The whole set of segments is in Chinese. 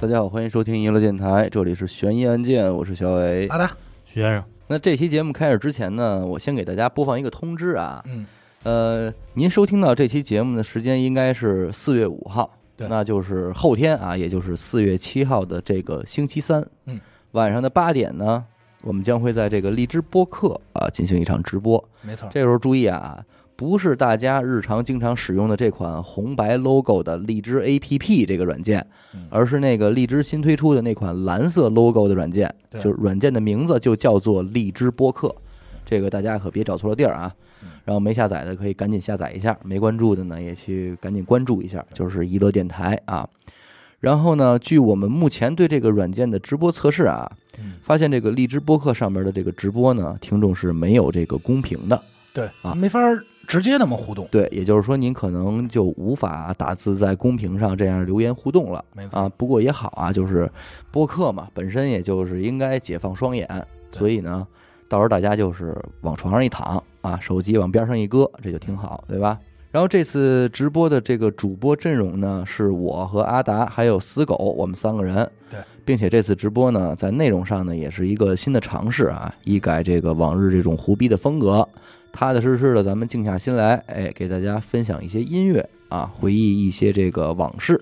大家好，欢迎收听娱乐电台，这里是悬疑案件，我是小伟。阿达，徐先生，那这期节目开始之前呢，我先给大家播放一个通知啊，嗯，呃，您收听到这期节目的时间应该是四月五号，对那就是后天啊，也就是四月七号的这个星期三，嗯，晚上的八点呢，我们将会在这个荔枝播客啊进行一场直播。没错，这时候注意啊，不是大家日常经常使用的这款红白 logo 的荔枝 APP 这个软件嗯，而是那个荔枝新推出的那款蓝色 logo 的软件，对就是软件的名字就叫做荔枝播客，这个大家可别找错了地儿啊嗯。然后没下载的可以赶紧下载一下，没关注的呢也去赶紧关注一下，就是娱乐电台啊。然后呢，据我们目前对这个软件的直播测试啊，嗯，发现这个荔枝播客上面的这个直播呢，听众是没有这个公屏的。对啊没法儿直接那么互动，对，也就是说您可能就无法打字在公屏上这样留言互动了没错，啊。不过也好啊，就是播客嘛，本身也就是应该解放双眼，对所以呢，到时候大家就是往床上一躺啊，手机往边上一搁，这就挺好，对吧？然后这次直播的这个主播阵容呢，是我和阿达还有死狗，我们三个人。对，并且这次直播呢，在内容上呢，也是一个新的尝试啊，一改这个往日这种胡逼的风格，踏踏实实的，咱们静下心来，哎，给大家分享一些音乐啊，回忆一些这个往事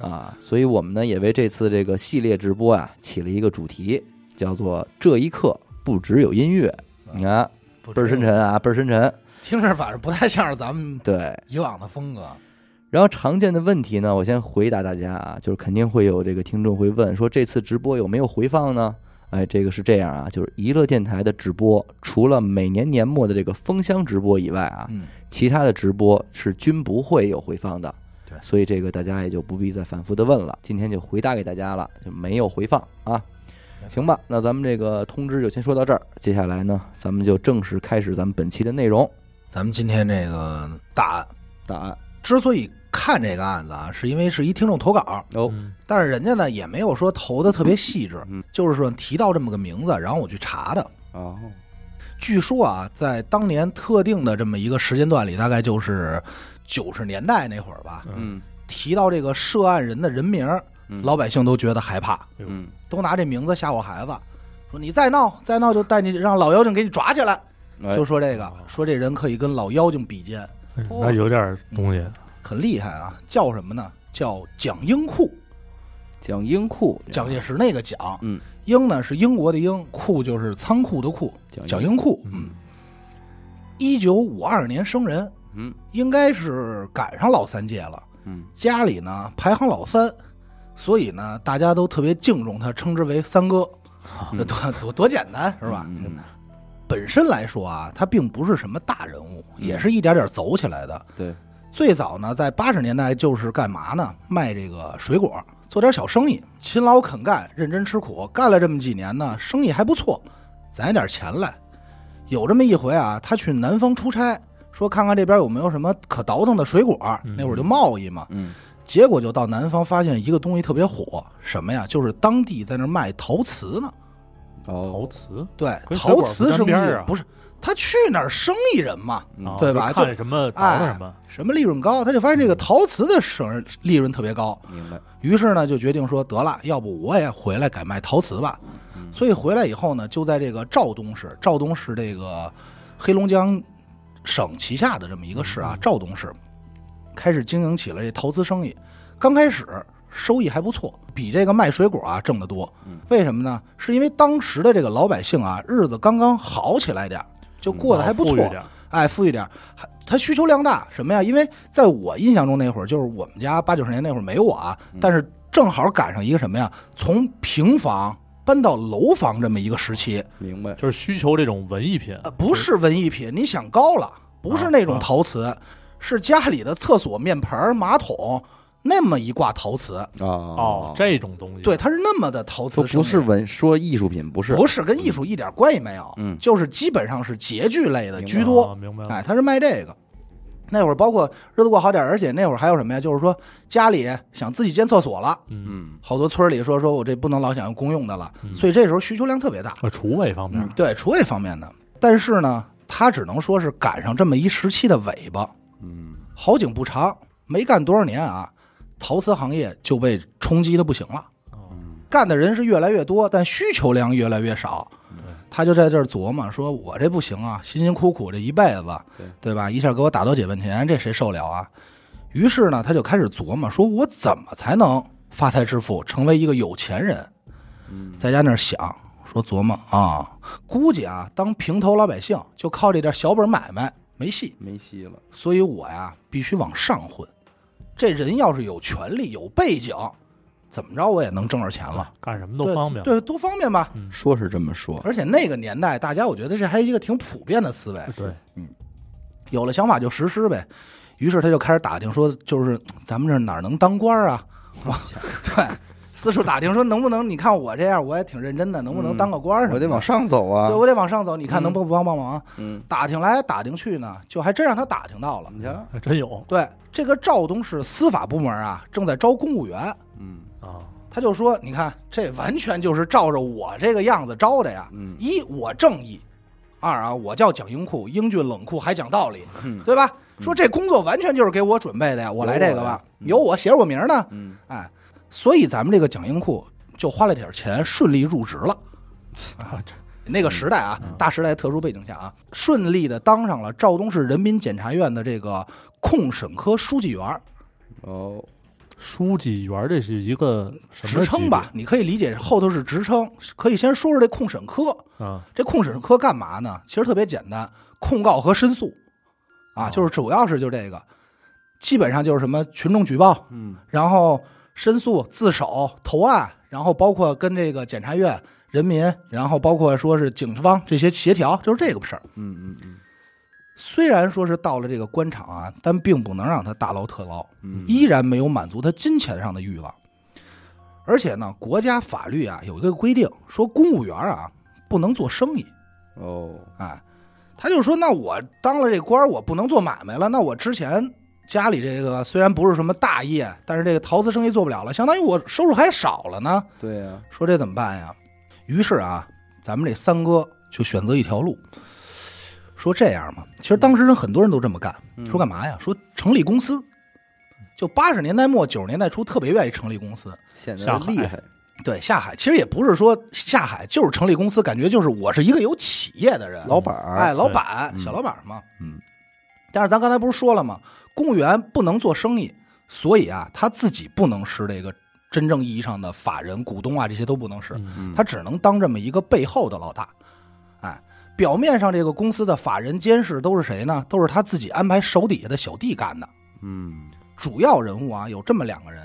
啊。所以我们呢，也为这次这个系列直播啊，起了一个主题，叫做“这一刻不只有音乐”。你看，不倍儿直接深沉啊，倍儿深沉。听着反正不太像是咱们对，以往的风啊格，然后常见的问题呢，我先回答大家啊，就是肯定会有这个听众会问说，这次直播有没有回放呢？哎，这个是这样啊，就是娱乐电台的直播，除了每年年末的这个封箱直播以外啊，嗯，其他的直播是均不会有回放的。对所以这个大家也就不必再反复的问了，今天就回答给大家了，就没有回放啊。没错行吧，那咱们这个通知就先说到这儿，接下来呢，咱们就正式开始咱们本期的内容。咱们今天这个大案，答案之所以看这个案子啊，是因为是一听众投稿，哦，嗯但是人家呢也没有说投的特别细致嗯，就是说提到这么个名字，然后我去查的。哦，据说啊，在当年特定的这么一个时间段里，大概就是九十年代那会儿吧，嗯提到这个涉案人的人名儿，嗯老百姓都觉得害怕，嗯都拿这名字吓唬孩子，说你再闹再闹就带你让老妖精给你抓起来，哎就说这个，说这人可以跟老妖精比肩，哎那有点东西，很厉害啊，叫什么呢？叫蒋英库，蒋英库，蒋介石那个蒋，嗯，英呢是英国的英，库就是仓库的库，蒋英库，嗯，一九五二年生人，嗯应该是赶上老三届了，嗯家里呢排行老三，所以呢大家都特别敬重他，称之为三哥，嗯那 多多多简单是吧？嗯嗯本身来说啊，他并不是什么大人物，嗯也是一点点走起来的。对，最早呢，在八十年代就是干嘛呢？卖这个水果，做点小生意，勤劳肯干，认真吃苦，干了这么几年呢，生意还不错，攒点钱来。有这么一回啊，他去南方出差，说看看这边有没有什么可倒腾的水果。嗯那会儿就贸易嘛，嗯结果就到南方发现一个东西特别火，什么呀？就是当地在那儿卖陶瓷呢。哦，陶瓷对，跟水陶果瓷不沾生意边儿啊不是他去哪儿生意人嘛，嗯啊对吧哎就看什么倒腾什么，什么利润高，他就发现这个陶瓷的生利润特别高，明白，于是呢就决定说得了，要不我也回来改卖陶瓷吧。嗯所以回来以后呢，就在这个肇东市，肇东市这个黑龙江省旗下的这么一个市嗯啊，肇东市开始经营起了这陶瓷生意。刚开始收益还不错，比这个卖水果啊挣得多嗯。为什么呢？是因为当时的这个老百姓啊，日子刚刚好起来点儿，就过得还不错。啊嗯富裕点儿哎，富裕点儿，还他需求量大，什么呀？因为在我印象中那会儿，就是我们家八九十年那会儿没有啊，嗯但是正好赶上一个什么呀？从平房搬到楼房这么一个时期，明白，就是需求这种文艺品呃，，不是文艺品，你想高了，不是那种啊陶瓷，是家里的厕所面盆儿、马桶那么一挂陶瓷，哦哦，这种东西，对，，它是那么的陶都瓷生不意，是文说艺术品，不是不是跟艺术一点关系没有，嗯就是基本上是洁具类的明白居多，啊，明白了，哎，他是卖这个。那会儿包括日子过好点儿，而且那会儿还有什么呀？就是说家里想自己建厕所了，嗯，嗯好多村儿里说说我这不能老想用公用的了，嗯所以这时候需求量特别大。啊，厨卫方面嗯，，对，厨卫方面的，但是呢，他只能说是赶上这么一时期的尾巴。嗯好景不长，没干多少年啊，陶瓷行业就被冲击的不行了，哦干的人是越来越多，但需求量越来越少对。他就在这儿琢磨，说我这不行啊，辛辛苦苦这一辈子，对对吧？一下给我打到解问钱，这谁受了啊？于是呢，他就开始琢磨，说我怎么才能发财致富，成为一个有钱人？嗯在家那儿想，说琢磨啊，估计啊，当平头老百姓就靠这点小本买卖没戏。没戏了，所以我呀必须往上混。这人要是有权利、有背景，怎么着我也能挣着钱了，干什么都方便。对，对多方便吧。嗯，说是这么说，而且那个年代，大家我觉得这还是一个挺普遍的思 维，对，有了想法就实施呗。于是他就开始打听说，就是咱们这哪儿能当官啊？ 我对，四处打听说能不能？你看我这样，我也挺认真的，能不嗯能当个官儿什么的？我得往上走啊对，。我得往上走。你嗯看能不帮帮忙？啊嗯，打听来打听去呢，就还真让他打听到了。你瞧，还真有对，这个肇东市司法部门啊，正在招公务员。嗯啊，他就说：“你看，这完全就是照着我这个样子招的呀！嗯一，我正义；二啊，我叫蒋英库，英俊冷酷还讲道理，嗯对吧？说这工作完全就是给我准备的呀，我来这个吧，有有我写着我名儿呢。嗯，哎，所以咱们这个蒋英库就花了点钱，顺利入职了。 那个时代啊，大时代特殊背景下啊，顺利的当上了肇东市人民检察院的这个控审科书记员儿。”哦，书记员这是一个什职么称吧，你可以理解后头是职称。可以先说说这控审科，级别？啊，这控审科干嘛呢？其实特别简单，控告和申诉，啊，哦就是主要是就这个，基本上就是什么群众举报，嗯然后申诉、自首、投案，然后包括跟这个检察院、人民，然后包括说是警方这些协调，就是这个事儿。嗯嗯嗯虽然说是到了这个官场啊，但并不能让他大捞特捞，嗯，依然没有满足他金钱上的欲望。而且呢，国家法律啊有一个规定，说公务员啊不能做生意。哦，哎，他就说，那我当了这官儿，我不能做买卖了。那我之前家里这个虽然不是什么大业，但是这个陶瓷生意做不了了，相当于我收入还少了呢。对啊呀，说这怎么办呀？于是啊，咱们这三哥就选择一条路，说这样嘛。其实当时人很多人都这么干，说干嘛呀？说成立公司。就八十年代末九十年代初，特别愿意成立公司。显下得海厉害，对，下海其实也不是说下海，就是成立公司，感觉就是我是一个有企业的人，老板儿，哎，老板，嗯小老板嘛，嗯。但是咱刚才不是说了吗？公务员不能做生意，所以啊，他自己不能是这个真正意义上的法人、股东啊，这些都不能是，嗯嗯他只能当这么一个背后的老大。哎，表面上这个公司的法人监事都是谁呢？都是他自己安排手底下的小弟干的。嗯，主要人物啊，有这么两个人，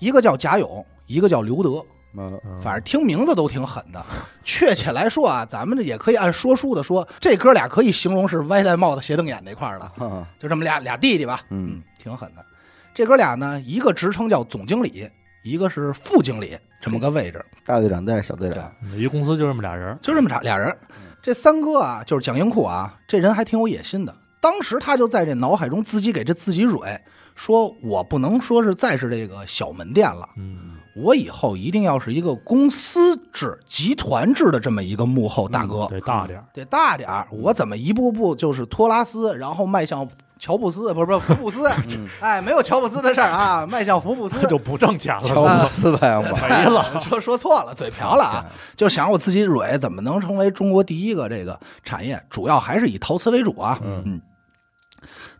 一个叫贾勇，一个叫刘德。啊嗯反正听名字都挺狠的。 确切来说啊，咱们这也可以按说书的说，这哥俩可以形容是歪戴帽子斜瞪眼那块儿的，哈，就这么俩俩弟弟吧，嗯，挺狠的。这哥俩呢，一个职称叫总经理，一个是副经理，这么个位置，大队长带着小队 长，嗯一公司就这么俩人儿，就这么俩俩人。这三哥啊，就是蒋英库啊，这人还挺有野心的。当时他就在这脑海中自己给这自己蕊，说我不能说是再是这个小门店了，嗯，我以后一定要是一个公司制、集团制的这么一个幕后嗯大哥，嗯得大点儿，得大点儿。我怎么一步步就是托拉斯，然后迈向乔布斯？不是不是福布斯， 哎，没有乔布斯的事儿 啊，迈向福布斯。哎那嗯就不挣钱乔了，布斯排行榜，没了。 说说错了，嘴瓢了啊！就想我自己蕊怎么能成为中国第一个这个产业，主要还是以陶瓷为主啊。嗯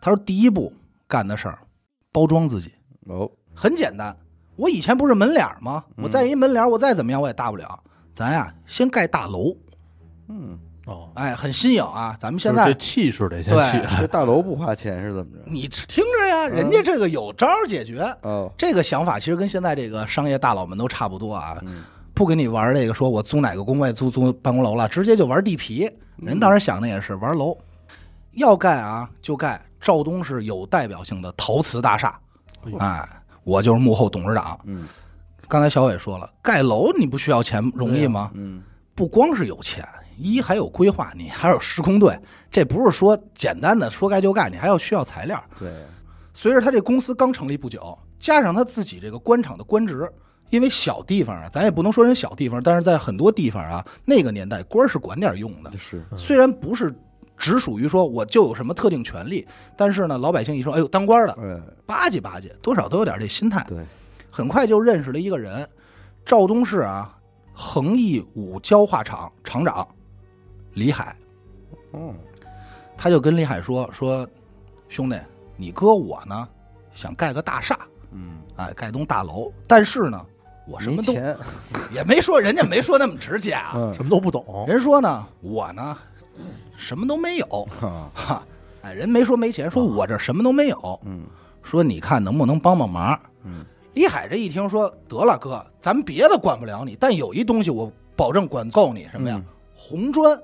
他说第一步干的事儿，包装自己 哦，很简单。我以前不是门脸儿吗？我嗯再一门脸儿，我再怎么样我也大不了。咱呀，先盖大楼，嗯，哦，哎，很新颖啊！咱们现就是在这气势得先对起来，这大楼不花钱是怎么着？你听着呀，人嗯家这个有招儿解决。哦，这个想法其实跟现在这个商业大佬们都差不多啊，嗯不跟你玩这个说我租哪个工位租租办公楼了，直接就玩地皮。人当时想的也是玩楼，要盖啊就盖肇东市有代表性的陶瓷大厦哎呦。哎，我就是幕后董事长。嗯刚才小伟说了，盖楼你不需要钱容易吗？嗯，不光是有钱，一还有规划，你还有施工队，这不是说简单的说盖就盖，你还要需要材料。对，啊随着他这公司刚成立不久，加上他自己这个官场的官职，因为小地方啊，咱也不能说人小地方，但是在很多地方啊，那个年代官儿是管点用的，是，虽然不是只属于说我就有什么特定权利，但是呢，老百姓一说，哎呦，当官的哎，巴结巴结，多少都有点这心态。对，很快就认识了一个人，赵东市啊，恒益五焦化厂厂长李海，哦，他就跟李海说说，兄弟，你哥我呢想盖个大厦，嗯，哎，盖栋大楼，但是呢，我什么没都钱，也没说，人家没说那么直接啊，嗯什么都不懂， 人说呢，我呢什么都没有，啊哈，哎，人没说没钱，说我这什么都没有，嗯说你看能不能帮帮忙？嗯，李海这一听说，得了哥，咱别的管不了你，但有一东西我保证管够你，什么呀？嗯红砖，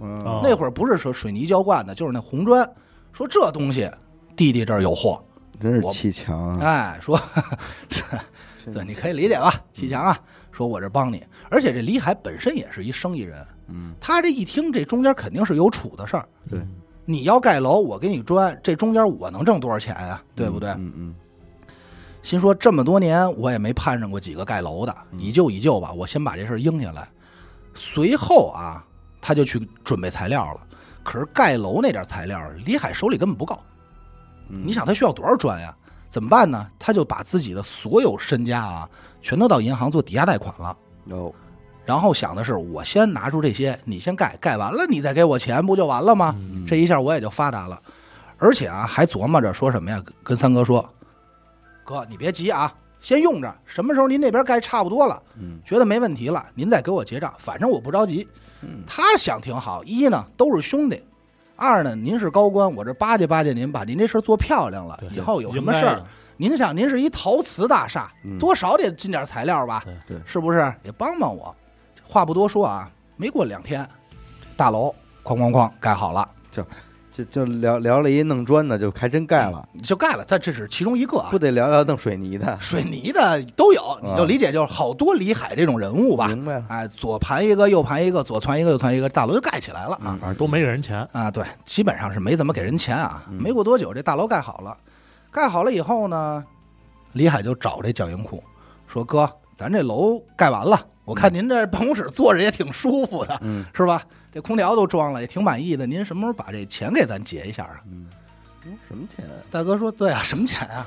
嗯哦那会儿不是说水泥浇灌的，就是那红砖。说这东西，弟弟这儿有货，真是我砌墙啊！哎，说， 嗯对，你可以理解吧，齐强啊，说我这帮你，而且这李海本身也是一生意人，嗯，他这一听这中间肯定是有处的事儿，对，你要盖楼，我给你砖，这中间我能挣多少钱呀、对不对？嗯嗯心说这么多年我也没盼上过几个盖楼的，以旧以旧吧，我先把这事儿应下来。随后啊，他就去准备材料了。可是盖楼那点材料，李海手里根本不够。嗯你想他需要多少砖呀？怎么办呢？他就把自己的所有身家啊，全都到银行做抵押贷款了。哦，然后想的是，我先拿出这些，你先盖，盖完了你再给我钱，不就完了吗？这一下我也就发达了，而且啊，还琢磨着说什么呀？跟三哥说，哥你别急啊，先用着，什么时候您那边盖差不多了，嗯觉得没问题了，您再给我结账，反正我不着急。他想挺好，一呢都是兄弟，二呢您是高官，我这巴结巴结您，把您这事儿做漂亮了，以后有什么事儿，您想，您是一陶瓷大厦，嗯多少得进点材料吧？对对是不是？也帮帮我。话不多说啊，没过两天，这大楼哐哐哐盖好了，就就聊聊了一弄砖的，就还真盖了，就盖了。但这是其中一个啊不，得聊聊弄水泥的？水泥的都有，你就理解就是好多李海这种人物吧。明白了，哎，左盘一个，右盘一个，左传一个，右传一个，大楼就盖起来了啊。反正都没给人钱，啊，对，基本上是没怎么给人钱啊。嗯没过多久，这大楼盖好了，盖好了以后呢，李海就找这蒋英库说：“哥，咱这楼盖完了，我看您这办公室坐着也挺舒服的，嗯是吧？这空调都装了，也挺满意的。您什么时候把这钱给咱结一下啊嗯什么钱？？”大哥说：“对啊，什么钱 啊？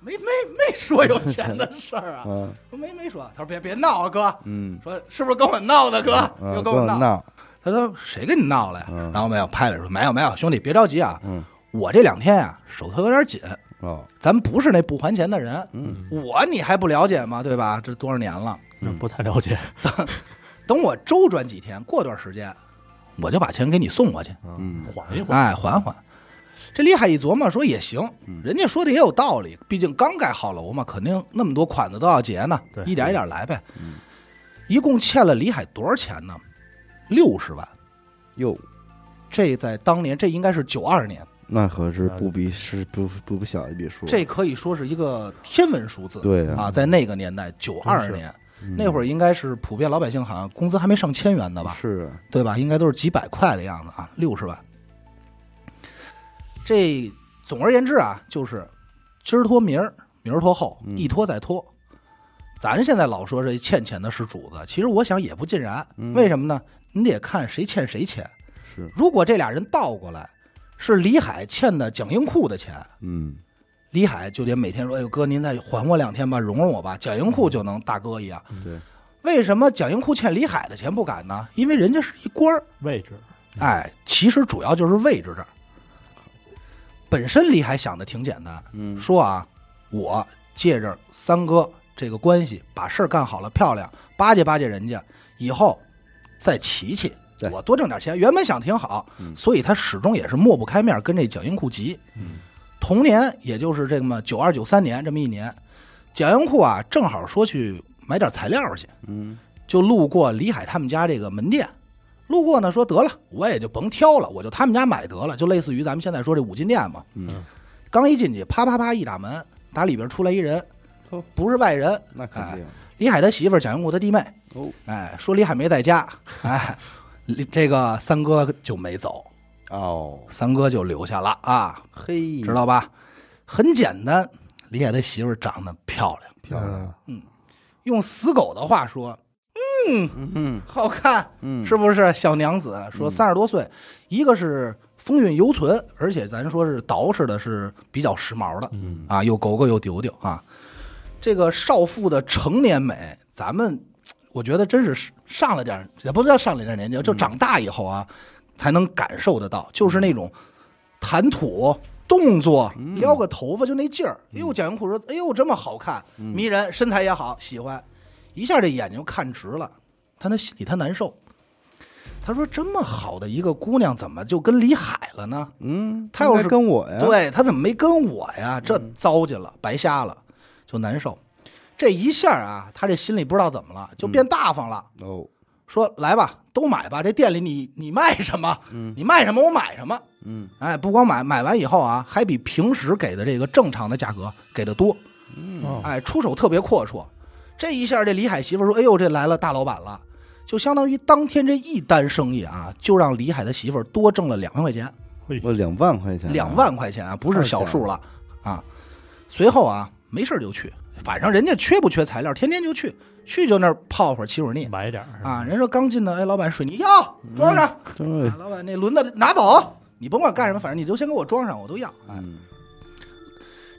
没没没说有钱的事儿啊，嗯说没没说。”他说：“别别闹啊，哥。”嗯，说是不是跟我闹呢，哥？嗯又跟跟我闹。闹，他说谁跟你闹了呀？嗯然后没有拍了说没有没有，兄弟别着急啊，嗯我这两天啊手头有点紧，哦，咱不是那不还钱的人，嗯我你还不了解吗？对吧？这多少年了，嗯不太了解，等我周转几天，过段时间我就把钱给你送过去，嗯缓一缓，哎，缓缓。这李海一琢磨说也行嗯，人家说的也有道理，毕竟刚盖好楼嘛，肯定那么多款子都要结呢对，一点一点来呗嗯。一共欠了李海多少钱呢？六十万。哟，这在当年，这应该是九二年，那可是不比是不不不小一笔数，这可以说是一个天文数字。嗯对啊，在那个年代，九二是年嗯那会儿，应该是普遍老百姓好像工资还没上千元呢吧？是啊对吧？应该都是几百块的样子啊，六十万。这总而言之啊，就是今儿拖明儿，明儿拖后，嗯一拖再拖。咱现在老说这欠钱的是主子，其实我想也不尽然。嗯为什么呢？你得看谁欠谁钱。是，啊如果这俩人倒过来，是李海欠的蒋英库的钱，嗯李海就得每天说：“哎呦哥，您再还我两天吧，容容我吧。”蒋英库就能大哥一样。对，为什么蒋英库欠李海的钱不敢呢？因为人家是一官儿， 位置哎，其实主要就是位置这儿。本身李海想的挺简单，嗯说啊，我借着三哥这个关系，把事儿干好了漂亮，巴结巴结人家，以后再齐齐对，我多挣点钱。原本想挺好，嗯所以他始终也是抹不开面跟这蒋英库急。嗯同年，也就是这么九二九三年这么一年，蒋英库啊，正好说去买点材料去，嗯就路过李海他们家这个门店，路过呢说得了，我也就甭挑了，我就他们家买得了，就类似于咱们现在说这五金店嘛。嗯，刚一进去，啪啪啪一打门，打里边出来一人哦，不是外人，那肯定李海他媳妇儿蒋英国他弟妹哦。哎，说李海没 在家，哎，李这个三哥就没走，哦，三哥就留下了啊，嘿，知道吧？很简单，李海他媳妇儿长得漂亮，漂亮，用死狗的话说，嗯好看，嗯是不是？小娘子说嗯三十多岁，一个是风韵犹存，而且咱说是捯饬的是比较时髦的嗯，啊，又狗狗又丢丢啊。这个少妇的成年美，咱们我觉得真是上了点儿，也不知道上了点儿年嗯纪，就长大以后啊，才能感受得到，就是那种谈吐。动作撩个头发就那劲儿，哎呦，蒋云库说：“哎呦，这么好看，迷人，身材也好，喜欢。”一下这眼睛就看直了，但他心里他难受。他说：“这么好的一个姑娘，怎么就跟李海了呢？嗯，他要是应该跟我呀，，对他怎么没跟我呀？这糟践了，白瞎了，就难受。这一下啊，他这心里不知道怎么了，就变大方了，哦，说来吧，都买吧，这店里你你卖什么，你卖什么我买什么。嗯哎，不光买，买完以后啊，还比平时给的这个正常的价格给的多。哦哎，出手特别阔绰。这一下，这李海媳妇说：“哎呦，这来了大老板了！”就相当于当天这一单生意啊，就让李海的媳妇儿多挣了两万块钱，我两万块钱，两，万块钱啊，不是小数了啊。随后啊，没事儿就去，反正人家缺不缺材料，天天就去，去就那儿泡会儿起水腻买点儿啊。，人说刚进的，哎，老板水泥要装上，嗯对啊，老板那轮子拿走，你甭管干什么，反正你就先给我装上，我都要。哎，嗯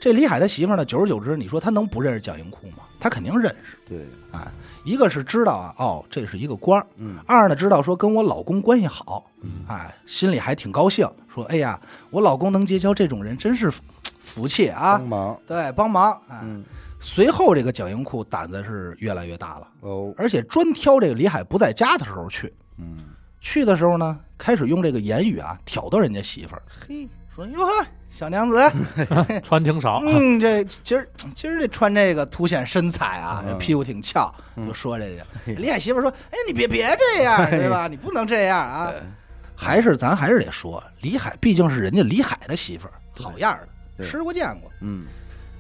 这李海他媳妇儿呢，久而久之，你说他能不认识蒋英库吗？他肯定认识。对，啊，一个是知道啊，哦，这是一个官儿；嗯二呢，知道说跟我老公关系好，嗯哎，心里还挺高兴，说哎呀，我老公能结交这种人，真是福气啊帮！忙，对，帮忙啊。嗯随后，这个蒋英库胆子是越来越大了，哦，而且专挑这个李海不在家的时候去。嗯去的时候呢，开始用这个言语啊挑逗人家媳妇儿，嘿，说哟呵，小娘子， 穿挺少，嗯，这今儿今儿这穿这个凸显身材啊，嗯这屁股挺翘，嗯就说这个。李海媳妇说：“哎，你别别这样，对吧？你不能这样啊！还是咱还是得说，李海毕竟是人家李海的媳妇儿，好样的，对吃过见过。嗯，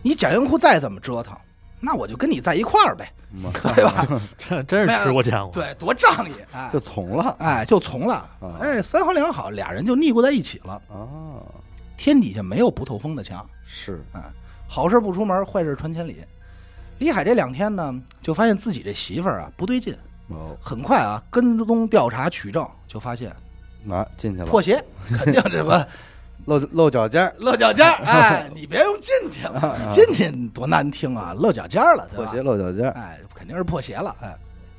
你蒋英库再怎么折腾，那我就跟你在一块儿呗，妈对吧？真真是吃过见过，对，多仗义 哎就从了哎，就从了啊。哎，三好两好，俩人就腻咕在一起了。啊，天底下没有不透风的墙。”是，好事不出门，坏事传千里。李海这两天呢，就发现自己这媳妇儿啊不对劲，哦，很快啊跟踪调查取证，就发现拿进去了，破鞋，肯定 什么露露脚尖儿，落脚尖儿。 哎，你别用进去了，哎进去多难听啊，落脚尖儿了，啊对破吧鞋？露脚尖儿，哎，肯定是破鞋了。哎，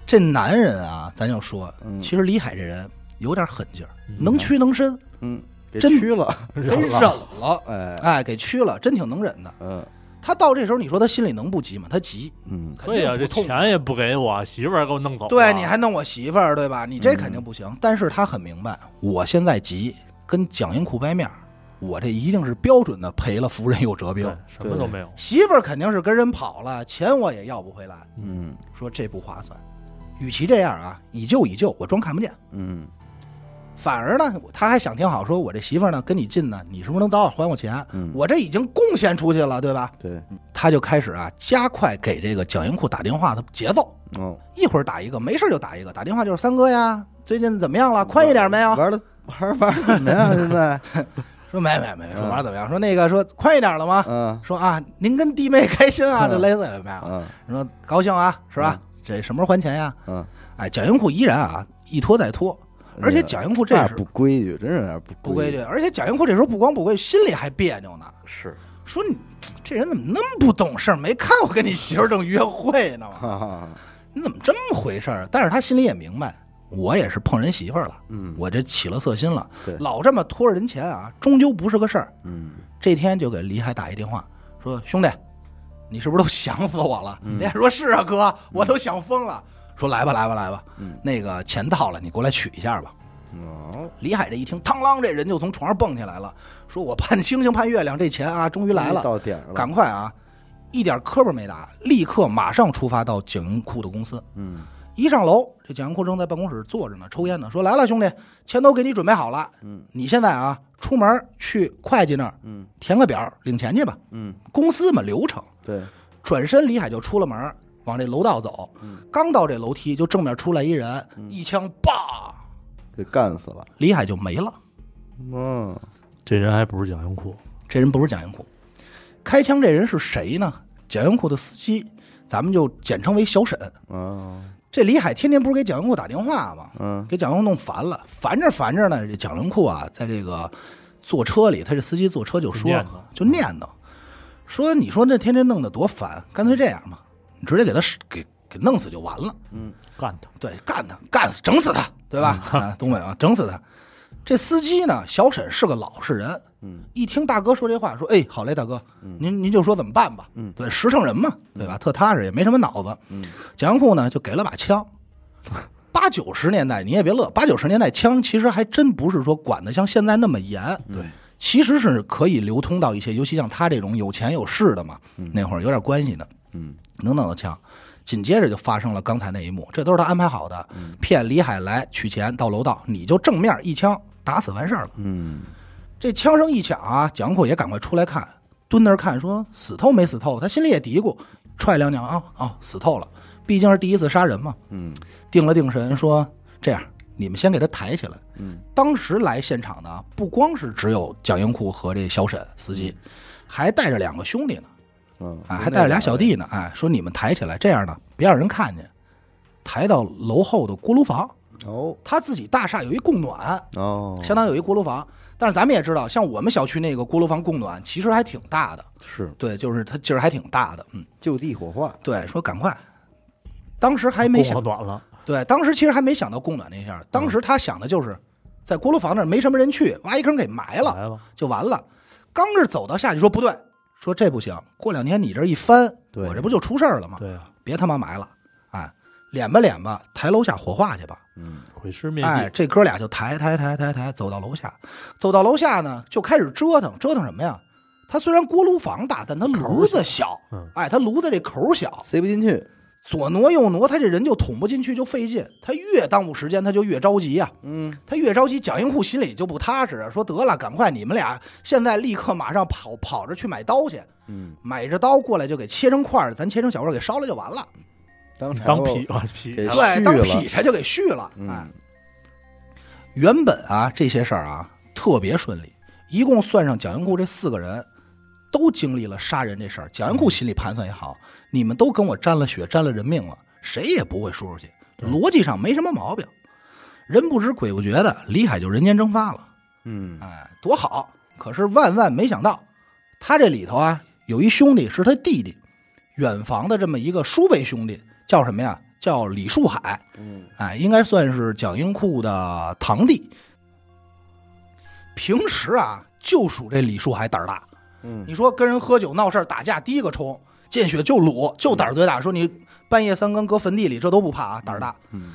这男人啊，咱就说，嗯其实李海这人有点狠劲儿，嗯能屈能伸，嗯，给真蛆了，给忍忍了，了，哎，哎，给屈了，真挺能忍的。嗯他到这时候，你说他心里能不急吗？他急，嗯，肯对定呀，不啊这痛快钱也不给我，媳妇儿给我哦弄走了，对，你还弄我媳妇儿，对吧？你嗯这肯定不行。但是他很明白，我现在急，跟蒋英库掰面儿，我这一定是标准的赔了夫人又折兵。对什么都没有， 媳妇儿肯定是跟人跑了，钱我也要不回来。嗯说这不划算，与其这样啊，以旧以旧，我装看不见。嗯反而呢，他还想挺好，说我这媳妇儿呢跟你近呢，你是不是能早点还我钱？嗯，我这已经贡献出去了，对吧？对，他就开始啊，加快给这个蒋英库打电话的节奏。哦，一会儿打一个，没事儿就打一个，打电话就是三哥呀，最近怎么样嗯了？宽裕点没有？玩的玩玩的怎么样？现在，说没没没，说嗯玩儿怎么样？说那个说宽裕点了吗？嗯说啊，您跟弟妹开心啊，嗯这类似有没有？嗯说高兴啊，是吧？这什么时候还钱呀？嗯，哎，蒋英库依然啊一拖再拖，而且蒋英库这样时嗯不规矩，真是有点不不规矩，矩，而且蒋英库这时候不光不规矩，心里还别扭呢，是，说你这人怎么那么不懂事儿？没看我跟你媳妇儿正约会呢吗？哈哈，你怎么这么回事儿？但是他心里也明白，我也是碰人媳妇儿了。嗯我这起了色心了对，老这么拖着人钱啊，终究不是个事儿。嗯这天就给李海打一电话，说兄弟，你是不是都想死我了？嗯李海说是啊，哥，我都想疯了。说来吧，来吧，来吧，嗯那个钱到了，你过来取一下吧。哦，李海这一听，嘡啷，这人就从床上蹦起来了，说我盼星星盼月亮，这钱啊，终于来了，到点儿了，赶快啊，一点磕巴没打，立刻马上出发到景云库的公司。嗯一上楼，这蒋云库正在办公室坐着呢，抽烟呢，说：“来了，兄弟，钱都给你准备好了，嗯，你现在啊，出门去会计那儿嗯填个表领钱去吧。嗯，公司嘛，流程。”对，转身，李海就出了门，往这楼道走。刚到这楼梯，就正面出来一人，一枪叭，给干死了，李海就没了。嗯这人还不是蒋英库，这人不是蒋云库，开枪这人是谁呢？蒋云库的司机，咱们就简称为小沈。啊，这李海天天不是给蒋云库打电话吗？嗯给蒋云库弄烦了，烦着烦着呢，这蒋云库啊，在这个坐车里，他这司机坐车就说念叨就念叨，说你说这天天弄得多烦，干脆这样吧，你直接给他给给弄死就完了。干他，对，干他，干死，整死他，对吧？嗯啊，东北啊，整死他。这司机呢，小沈是个老实人，嗯，一听大哥说这话，说，哎，好嘞，大哥，您您就说怎么办吧，嗯对，实诚人嘛，对吧？特踏实，也没什么脑子。嗯，蒋阳库呢，就给了把 枪。八九十年代你也别乐，八九十年代枪其实还真不是说管得像现在那么严，对，其实是可以流通到一些，尤其像他这种有钱有势的嘛，那会儿有点关系的，嗯能弄到枪。紧接着就发生了刚才那一幕，这都是他安排好的，嗯骗李海来取钱到楼道，你就正面一枪打死完事儿了。嗯这枪声一响啊，蒋阔也赶快出来看，蹲那儿看，说死透没死透？他心里也嘀咕，踹两脚啊啊，死透了，毕竟是第一次杀人嘛。嗯定了定神，说这样，你们先给他抬起来。嗯，当时来现场的不光是只有蒋英库和这小沈司机，还带着两个兄弟呢，嗯，啊，还带着俩小，弟呢，哎，说你们抬起来，这样呢，别让人看见，抬到楼后的锅炉房。哦他自己大厦有一供暖，哦，相当有一锅炉房，但是咱们也知道，像我们小区那个锅炉房供暖其实还挺大的，是对，就是它劲儿还挺大的，嗯，就地火化，对，说赶快，当时还没供想上短了，对，当时其实还没想到供暖那一下，当嗯时他想的就是，在锅炉房那儿没什么人去，挖一坑给埋来嗯了了，就完了。刚是走到下去，说不对，说这不行，过两天你这一翻，对我这不就出事儿了吗？对啊，别他妈埋了，哎，敛吧敛吧，抬楼下火化去吧。嗯毁尸灭哎，迹，这哥俩就抬抬抬抬抬，走到楼下，走到楼下呢，就开始折腾，折腾什么呀？他虽然锅炉房大，但他炉子小嗯，哎，他炉子这口小，塞不进去，左挪右挪，他这人就捅不进去，就费劲。他越耽误时间，他就越着急啊。嗯他越着急，蒋英库心里就不踏实啊，说得了，赶快你们俩现在立刻马上跑跑着去买刀去，嗯，买着刀过来就给切成块儿，咱切成小块儿给烧了就完了。当场当劈啊劈给，啊续对，当了劈柴就给续了。哎嗯，原本啊这些事儿啊特别顺利，一共算上蒋英库这四个人，都经历了杀人这事儿。蒋嗯英库心里盘算也好，你们都跟我沾了血，沾了人命了，谁也不会说出去，逻辑上没什么毛病。人不知鬼不觉的，李海就人间蒸发了。嗯哎，多好！可是万万没想到，他这里头啊，有一兄弟是他弟弟，远房的这么一个叔辈兄弟，叫什么呀？叫李树海。嗯，哎，应该算是蒋英库的堂弟。平时啊，就属这李树海胆儿大。嗯你说跟人喝酒闹事儿、打架，第一个冲，见血就撸，就胆儿最大。说你半夜三更搁坟地里，这都不怕啊，胆儿大。嗯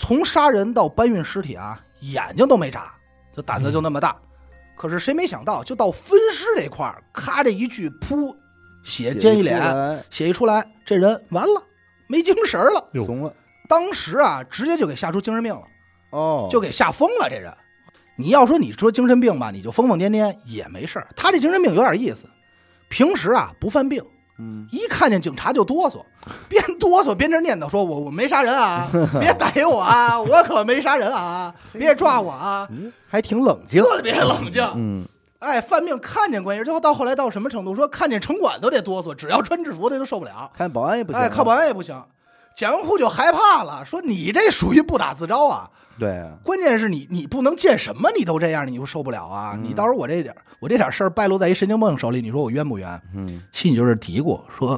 从杀人到搬运尸体啊，眼睛都没眨，就胆子就那么大。可是谁没想到，就到分尸这块儿，咔这一句噗，血溅一脸，，啊血一出来，这人完了，没精神儿了。哟怂了当时啊，直接就给吓出精神病了，哦，就给吓疯了。这人，你要说你说精神病吧，你就疯疯癫癫也没事儿。他这精神病有点意思，平时啊不犯病，嗯一看见警察就哆嗦， 边哆嗦边这念叨说：“我我没杀 人啊，别逮我啊，我可没杀人啊，别抓我啊嗯，哎还挺冷！”静，特别冷静。嗯哎，犯病看见关键，最后到后来到什么程度？说看见城管都得哆嗦，只要穿制服的都受不了。看保安也不行，啊哎，靠保，安也不行。蒋云库就害怕了，说：“你这属于不打自招啊！对啊，关键是你你不能见什么你都这样，你就受不了啊！你到时候我这点儿我这点儿事儿败露在一神经病手里，你说我冤不冤？”嗯心里就是嘀咕说：“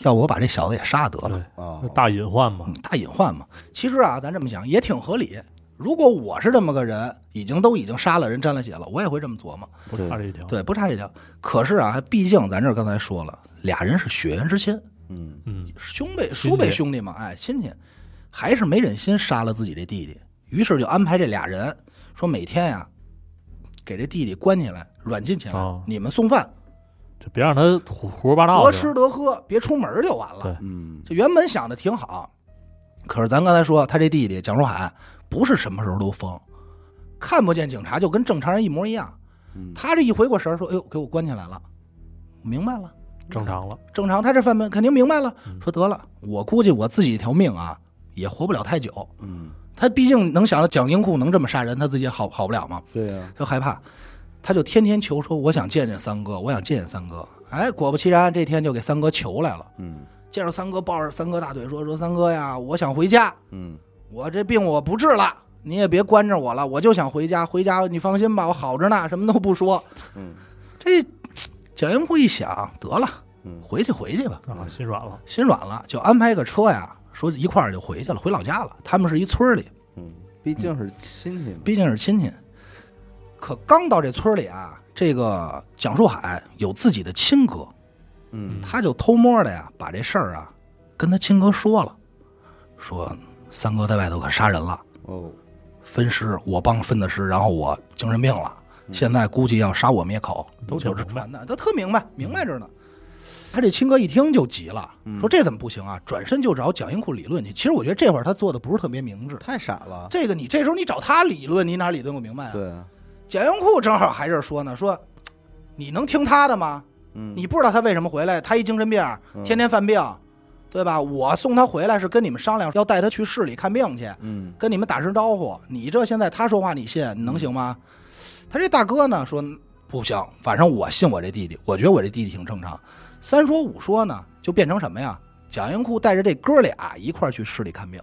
要不我把这小子也杀得了，对，哦这，大隐患嘛嗯，大隐患嘛。”其实啊，咱这么想也挺合理。如果我是这么个人，已经都已经杀了人、沾了血了，我也会这么琢磨。不差这一条，对，不差这条。可是啊，毕竟咱这儿刚才说了，俩人是血缘之亲，嗯嗯，兄辈、亲戚叔辈兄弟嘛，哎，亲戚，还是没忍心杀了自己这弟弟，于是就安排这俩人说每天呀、给这弟弟关起来，软禁起来，哦你们送饭，就别让他胡胡说八道得去吃了，得喝，别出门就完了。对嗯这原本想的挺好，可是咱刚才说他这弟弟蒋书海不是什么时候都疯，看不见警察就跟正常人一模一样。嗯他这一回过神儿说：“哎呦，给我关起来了，明白了，正常了，正常。”他这犯本肯定明白了，嗯说得了，我估计我自己一条命啊也活不了太久。嗯，他毕竟能想到蒋英库能这么杀人，他自己也好好不了吗？对啊，就害怕，他就天天求说：“我想见见三哥，我想见见三哥。”哎，果不其然，这天就给三哥求来了。嗯见着三哥抱着三哥大腿说说三哥呀，我想回家，嗯我这病我不治了，你也别关着我了，我就想回家，回家你放心吧，我好着呢，什么都不说。嗯这蒋英贵一想，得了，嗯回去回去吧，啊，心软了，心软了，就安排个车呀，说一块儿就回去了，回老家了。他们是一村儿里，嗯，毕竟是亲戚嘛，毕竟是亲戚。可刚到这村儿里啊，这个蒋树海有自己的亲哥，嗯他就偷摸的呀，把这事儿啊跟他亲哥说了，说三哥在外头可杀人了，哦，分尸，我帮分的尸，然后我精神病了，嗯现在估计要杀我灭口，都挺有这明白传的，他特明白，明白着呢。他这亲哥一听就急了，嗯说这怎么不行啊？转身就找蒋英库理论去。其实我觉得这会儿他做的不是特别明智。太傻了，这个你这时候你找他理论，你哪理论不明白啊？对啊，蒋英库正好还是说呢，说你能听他的吗？嗯，你不知道他为什么回来，他一精神病，嗯天天犯病，对吧？我送他回来是跟你们商量，要带他去市里看病去，嗯跟你们打声招呼。你这现在他说话你信，你能行吗？他这大哥呢说不行，反正我信我这弟弟，我觉得我这弟弟挺正常。三说五说呢，就变成什么呀？蒋英库带着这哥俩一块儿去市里看病，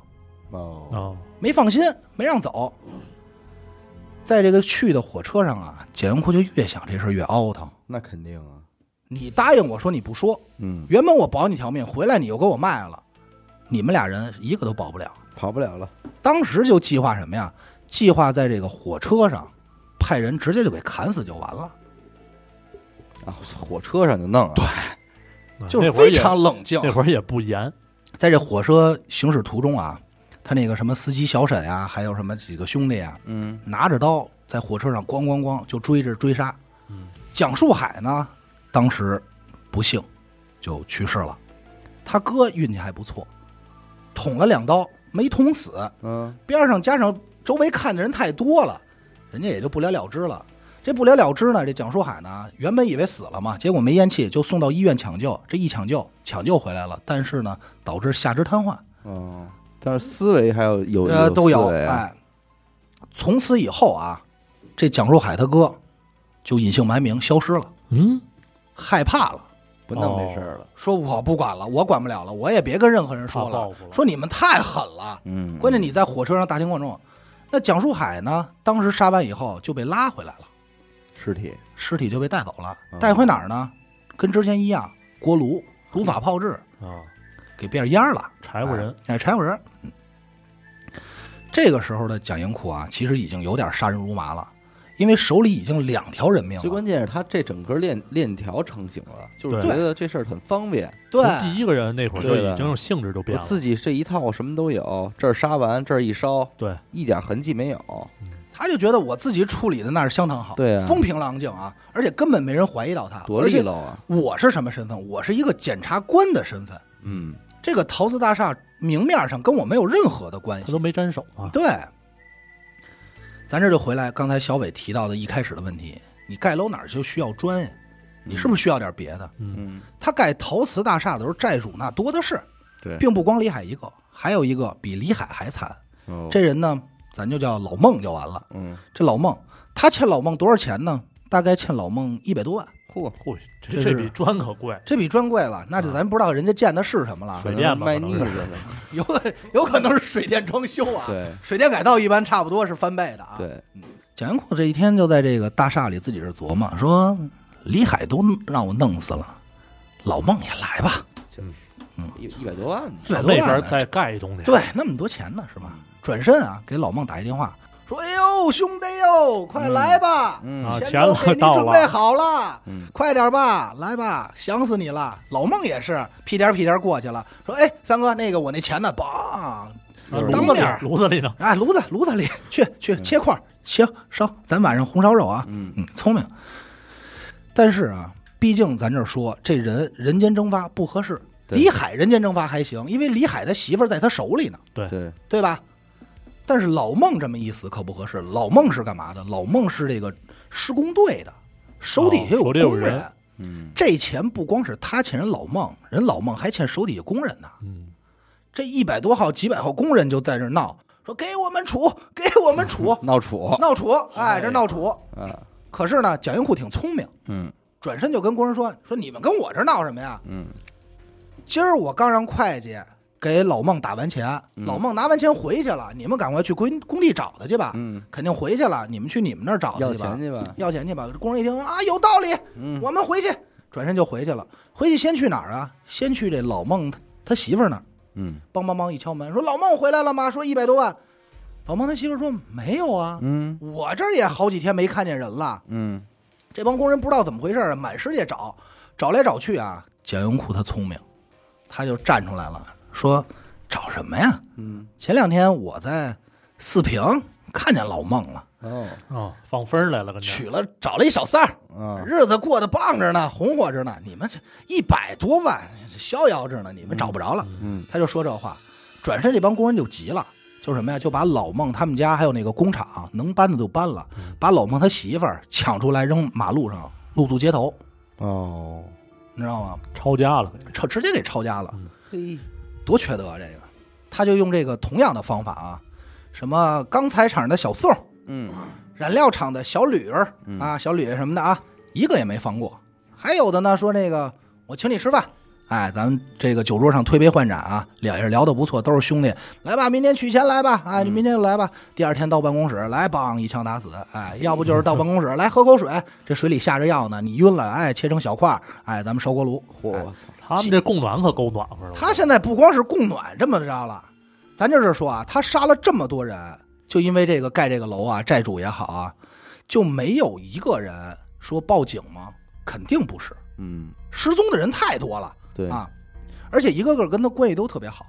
哦，啊，没放心，没让走。在这个去的火车上啊，蒋英库就越想这事儿越凹腾。那肯定啊，你答应我说你不说，嗯，原本我保你条命，回来你又给我卖了，你们俩人一个都保不了。跑不了了，当时就计划什么呀？计划在这个火车上派人直接就给砍死就完了，嗯啊，火车上就弄啊，啊就是那会儿非也常冷静。啊那会儿也不严，在这火车行驶途中啊，他那个什么司机小沈啊，还有什么几个兄弟啊，嗯拿着刀在火车上咣咣咣就追着追杀。嗯，蒋树海呢，当时不幸就去世了，他哥运气还不错，捅了两刀没捅死，嗯边上加上周围看的人太多了，人家也就不了了之了。这不了了之呢，这蒋书海呢，原本以为死了嘛，结果没咽气，就送到医院抢救。这一抢救，抢救回来了，但是呢，导致下肢瘫痪，哦，但是思维还有有呃，都有。思维啊哎，从此以后啊，这蒋书海他哥就隐姓埋名消失了，嗯，害怕了，不弄这事儿了，说我不管了，我管不了了，我也别跟任何人说怕报了复，了说你们太狠了，嗯，关键你在火车上大庭广众。那蒋树海呢？当时杀完以后就被拉回来了，尸体，尸体就被带走了哦，带回哪儿呢？跟之前一样，锅炉如法炮制，啊，给变烟儿了，柴火人，哎，柴火人。嗯这个时候的蒋英库啊，其实已经有点杀人如麻了，因为手里已经两条人命最了。关键是他这整个链链条成型了，就是对觉得这事儿很方便，对，从第一个人那会儿就对的已经是性质就变我了，自己这一套我什么都有，这儿杀完这儿一烧，对，一点痕迹没有，他就觉得我自己处理的那是相当好，对啊风平浪静啊，而且根本没人怀疑到他，多而利且落啊！我是什么身份？我是一个检察官的身份。嗯，这个陶瓷大厦明面上跟我没有任何的关他系都。没沾手 啊，对，咱这就回来刚才小伟提到的一开始的问题，你盖楼哪儿就需要砖呀？你是不是需要点别的？嗯，嗯，他盖陶瓷大厦的时候，债主那多的是，对，并不光李海一个，还有一个比李海还惨。哦这人呢，咱就叫老孟就完了。嗯，这老孟，他欠老孟多少钱呢？大概欠老孟一百多万，嚯，嚯，这这这是比砖可贵，这比砖贵了。那就咱不知道人家建的是什么了，水电吧卖可能腻是子了，有有可能是水电装修啊。对水电改造一般差不多是翻倍的啊。，对，蒋元库这一天就在这个大厦里自己这琢磨，说李海都让我弄死了，老孟也来吧，一一百多万呢，一百多那边万呢，再盖一东西，对，那么多钱呢是吧？转身啊，给老孟打一电话，说：“哎呦，兄弟哟，快来吧，嗯啊钱都给钱你都到准了备好了。”嗯，快点吧，来吧，想死你了。老孟也是屁颠儿屁颠儿过去了，说：“哎，三哥，那个我那钱呢？梆，啊就是炉子当里面炉子里呢，哎，炉子炉子里去去嗯切块儿，行烧，咱晚上红烧肉啊。嗯嗯，聪明。但是啊，毕竟咱这儿说这人人间蒸发不合适，对李海人间蒸发还行，因为李海他媳妇儿在他手里呢，对，对吧？但是老孟这么一死可不合适，老孟是干嘛的？老孟是这个施工队的，手底下哦手里有工人。人嗯，这钱不光是他欠人老孟，人老孟还欠手底下工人呢。嗯，这一百多号、几百号工人就在这儿闹，说给我们处，给我们处闹楚闹处，哎，这闹处。啊，可是呢，蒋英库挺聪明，嗯转身就跟工人说：“说你们跟我这闹什么呀？嗯今儿我刚让会计给老孟打完钱，嗯老孟拿完钱回去了，你们赶快去工工地找他去吧，嗯，肯定回去了，你们去你们那儿找他要去吧钱，去吧，要钱去吧。工人一听啊，有道理，嗯，我们回去，转身就回去了。回去先去哪儿啊？先去这老孟他他媳妇儿那儿，嗯梆梆梆一敲门，说老孟回来了吗？说一百多万。老孟他媳妇儿说没有啊，嗯我这儿也好几天没看见人了。嗯，这帮工人不知道怎么回事儿，啊满世界找，找来找去啊。蒋永库他聪明，他就站出来了，说找什么呀？嗯，前两天我在四平看见老孟了，哦哦，放风儿来了，跟这儿娶了找了一小三儿，啊，日子过得棒着呢，红火着呢。你们这一百多万逍遥着呢，你们找不着了。嗯他就说这话，转身这帮工人就急了，就什么呀？就把老孟他们家还有那个工厂能搬的就搬了，把老孟他媳妇儿抢出来扔马路上，露宿街头，哦，你知道吗？抄家了，抄直接给抄家了，嘿，多缺德啊！这个，他就用这个同样的方法啊，什么钢材厂的小宋，嗯染料厂的小吕儿啊，小吕什么的啊，一个也没放过。还有的呢，说那个我请你吃饭，哎，咱们这个酒桌上推杯换盏啊，俩人聊得不错，都是兄弟，来吧，明天取钱来吧，哎，你明天就来吧。第二天到办公室来，梆一枪打死，哎，要不就是到办公室来喝口水，这水里下着药呢，你晕了，哎，切成小块儿，哎，咱们烧锅炉。我操，他们这供暖可够暖和了。他现在不光是供暖这么着了，咱就是说啊，他杀了这么多人，就因为这个盖这个楼啊，债主也好啊，就没有一个人说报警吗？肯定不是，嗯，失踪的人太多了对，啊，而且一个个跟他关系都特别好，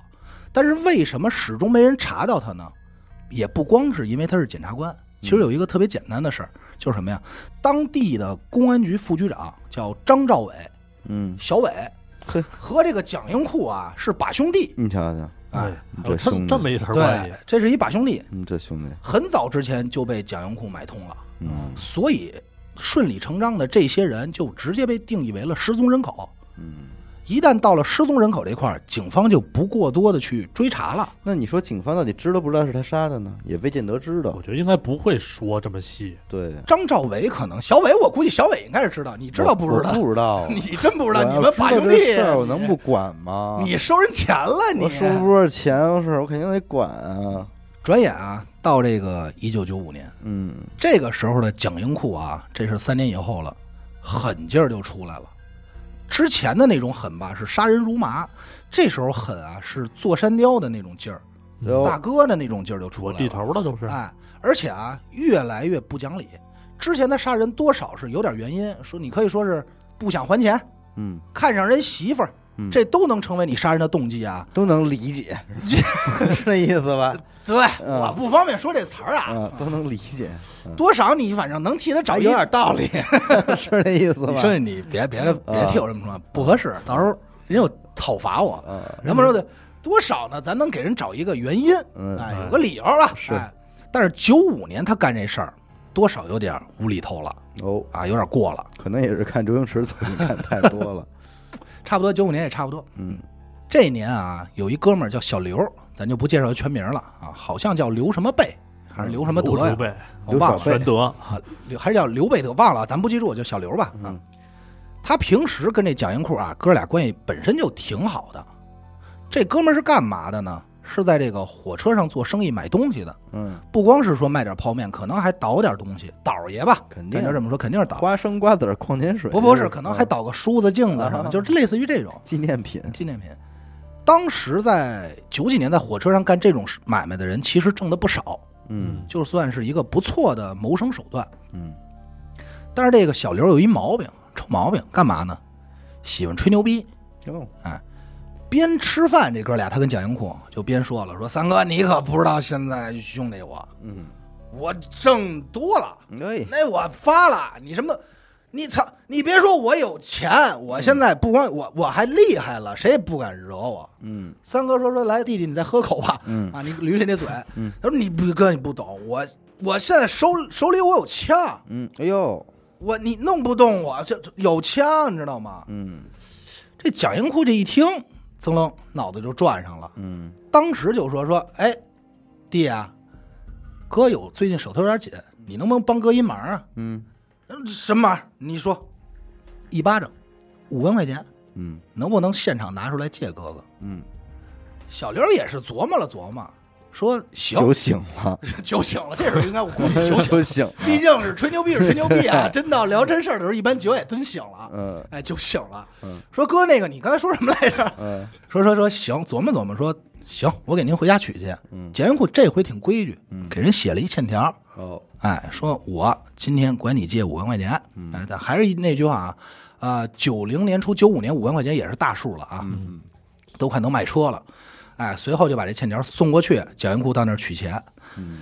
但是为什么始终没人查到他呢？也不光是因为他是检察官，其实有一个特别简单的事儿，就是什么呀？当地的公安局副局长叫张兆伟，嗯，小伟呵和这个蒋英库啊是把兄弟，你瞧瞧，哎哎，你还这有这兄弟这，么一层关对系，，这是一把兄弟，你嗯这兄弟，很早之前就被蒋英库买通了，嗯所以顺理成章的这些人就直接被定义为了失踪人口。嗯。一旦到了失踪人口这块儿，警方就不过多的去追查了。那你说警方到底知道不知道是他杀的呢？也未见得知道我。觉得应该不会说这么细。对，张兆伟可能，小伟我估计小伟应该是知道，你知道不知我道？，不知道 你真不知道，我要你们把知道兄这弟事儿，我能不管吗？ 你收人钱了你我？收多少钱的事儿，我肯定得管啊。转眼啊，到这个一九九五年，嗯这个时候的蒋英库啊，这是三年以后了，狠劲儿就出来了。之前的那种狠吧是杀人如麻，这时候狠啊是坐山雕的那种劲儿，嗯都哦大哥的那种劲儿就出我来地了。头了，都是。哎，而且啊越来越不讲理。之前他杀人多少是有点原因，说你可以说是不想还钱，嗯，看上人媳妇儿嗯，这都能成为你杀人的动机啊。都能理 解，是那意思吧？对，嗯我不方便说这词儿啊，啊，都能理解， 嗯多少你反正能替他找一哎道理，是那意思吧？嗯你说你别别别替我这么说，不合适，到时候人有讨伐我。啊，人们说的多少呢？咱能给人找一个原因，嗯哎，嗯有个理由啊。是哎，但是九五年他干这事儿，多少有点无厘头了哦，啊，有点过了。可能也是看周星驰作品看太多 了。差不多九五年也差不多。嗯这一年啊，有一哥们儿叫小刘，咱就不介绍他全名了啊，好像叫刘什么贝，还是刘什么德刘呀主？备、我忘了刘小贝玄德，啊，刘还是叫刘贝德，忘了，咱不记住，就小刘吧。啊，嗯他平时跟这蒋英库啊，哥俩关系本身就挺好的。这哥们儿是干嘛的呢？是在这个火车上做生意买东西的，嗯，不光是说卖点泡面，可能还倒点东西，倒爷吧，肯定咱就这么说，肯定是倒。嗯花生、瓜子儿、矿泉水，不不是，可能还啊倒个梳子、镜子什么 啊的，就是类似于这种纪念品。纪念品。当时在九几年在火车上干这种买卖的人，其实挣的不少，嗯就算是一个不错的谋生手段。嗯，但是这个小刘有一毛病，臭毛病，干嘛呢？喜欢吹牛逼。哟，边吃饭，这哥俩他跟蒋英库就边说了，说三哥你可不知道现在兄弟我嗯，我挣多了，哎，那我发了，你什么？你操！你别说我有钱，我现在不光我我还厉害了，谁也不敢惹我。嗯三哥说说来弟弟，你再喝口吧，嗯啊，你捋捋那嘴。嗯他说你不哥你不懂，我我现在手手里我有枪，嗯，哎呦，我你弄不动我，这这有枪，你知道吗？嗯这蒋英库这一听，噌楞脑子就转上了，嗯当时就说说，哎，弟啊，哥有最近手头有点紧，你能不能帮哥一忙啊？嗯嗯什么忙？你说，一巴掌，五万块钱，嗯能不能现场拿出来借哥哥？嗯，小刘也是琢磨了琢磨，说行酒醒了， 酒醒了，这时候应该我估计酒醒 酒了，醒了，毕竟是吹牛逼是吹牛逼啊，真到聊真事儿的时候，一般酒也真醒了，嗯哎，酒醒了嗯，说哥那个你刚才说什么来着？嗯说说说行，琢磨琢磨说行，我给您回家取去。嗯检验库这回挺规矩嗯，给人写了一欠条，哦哎，说我今天管你借五万块钱，嗯哎，但还是那句话啊，啊、9九零年初九五年五万块钱也是大数了啊，嗯都快能买车了，哎，随后就把这欠条送过去，蒋云库到那儿取钱。嗯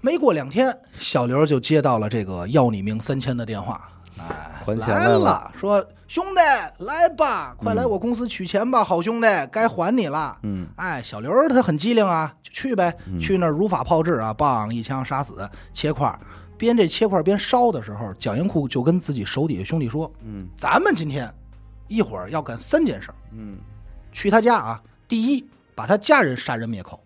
没过两天，小刘就接到了这个要你命三千的电话，哎，还钱来来了说兄弟来吧，快来我公司取钱吧，好兄弟，该还你了。嗯哎，小刘儿他很机灵啊，就去呗，去那儿如法炮制啊，棒一枪杀死，切块儿。边这切块儿边烧的时候，蒋英库就跟自己手底下兄弟说嗯：“咱们今天一会儿要干三件事儿，嗯去他家啊，第一，把他家人杀人灭哦口；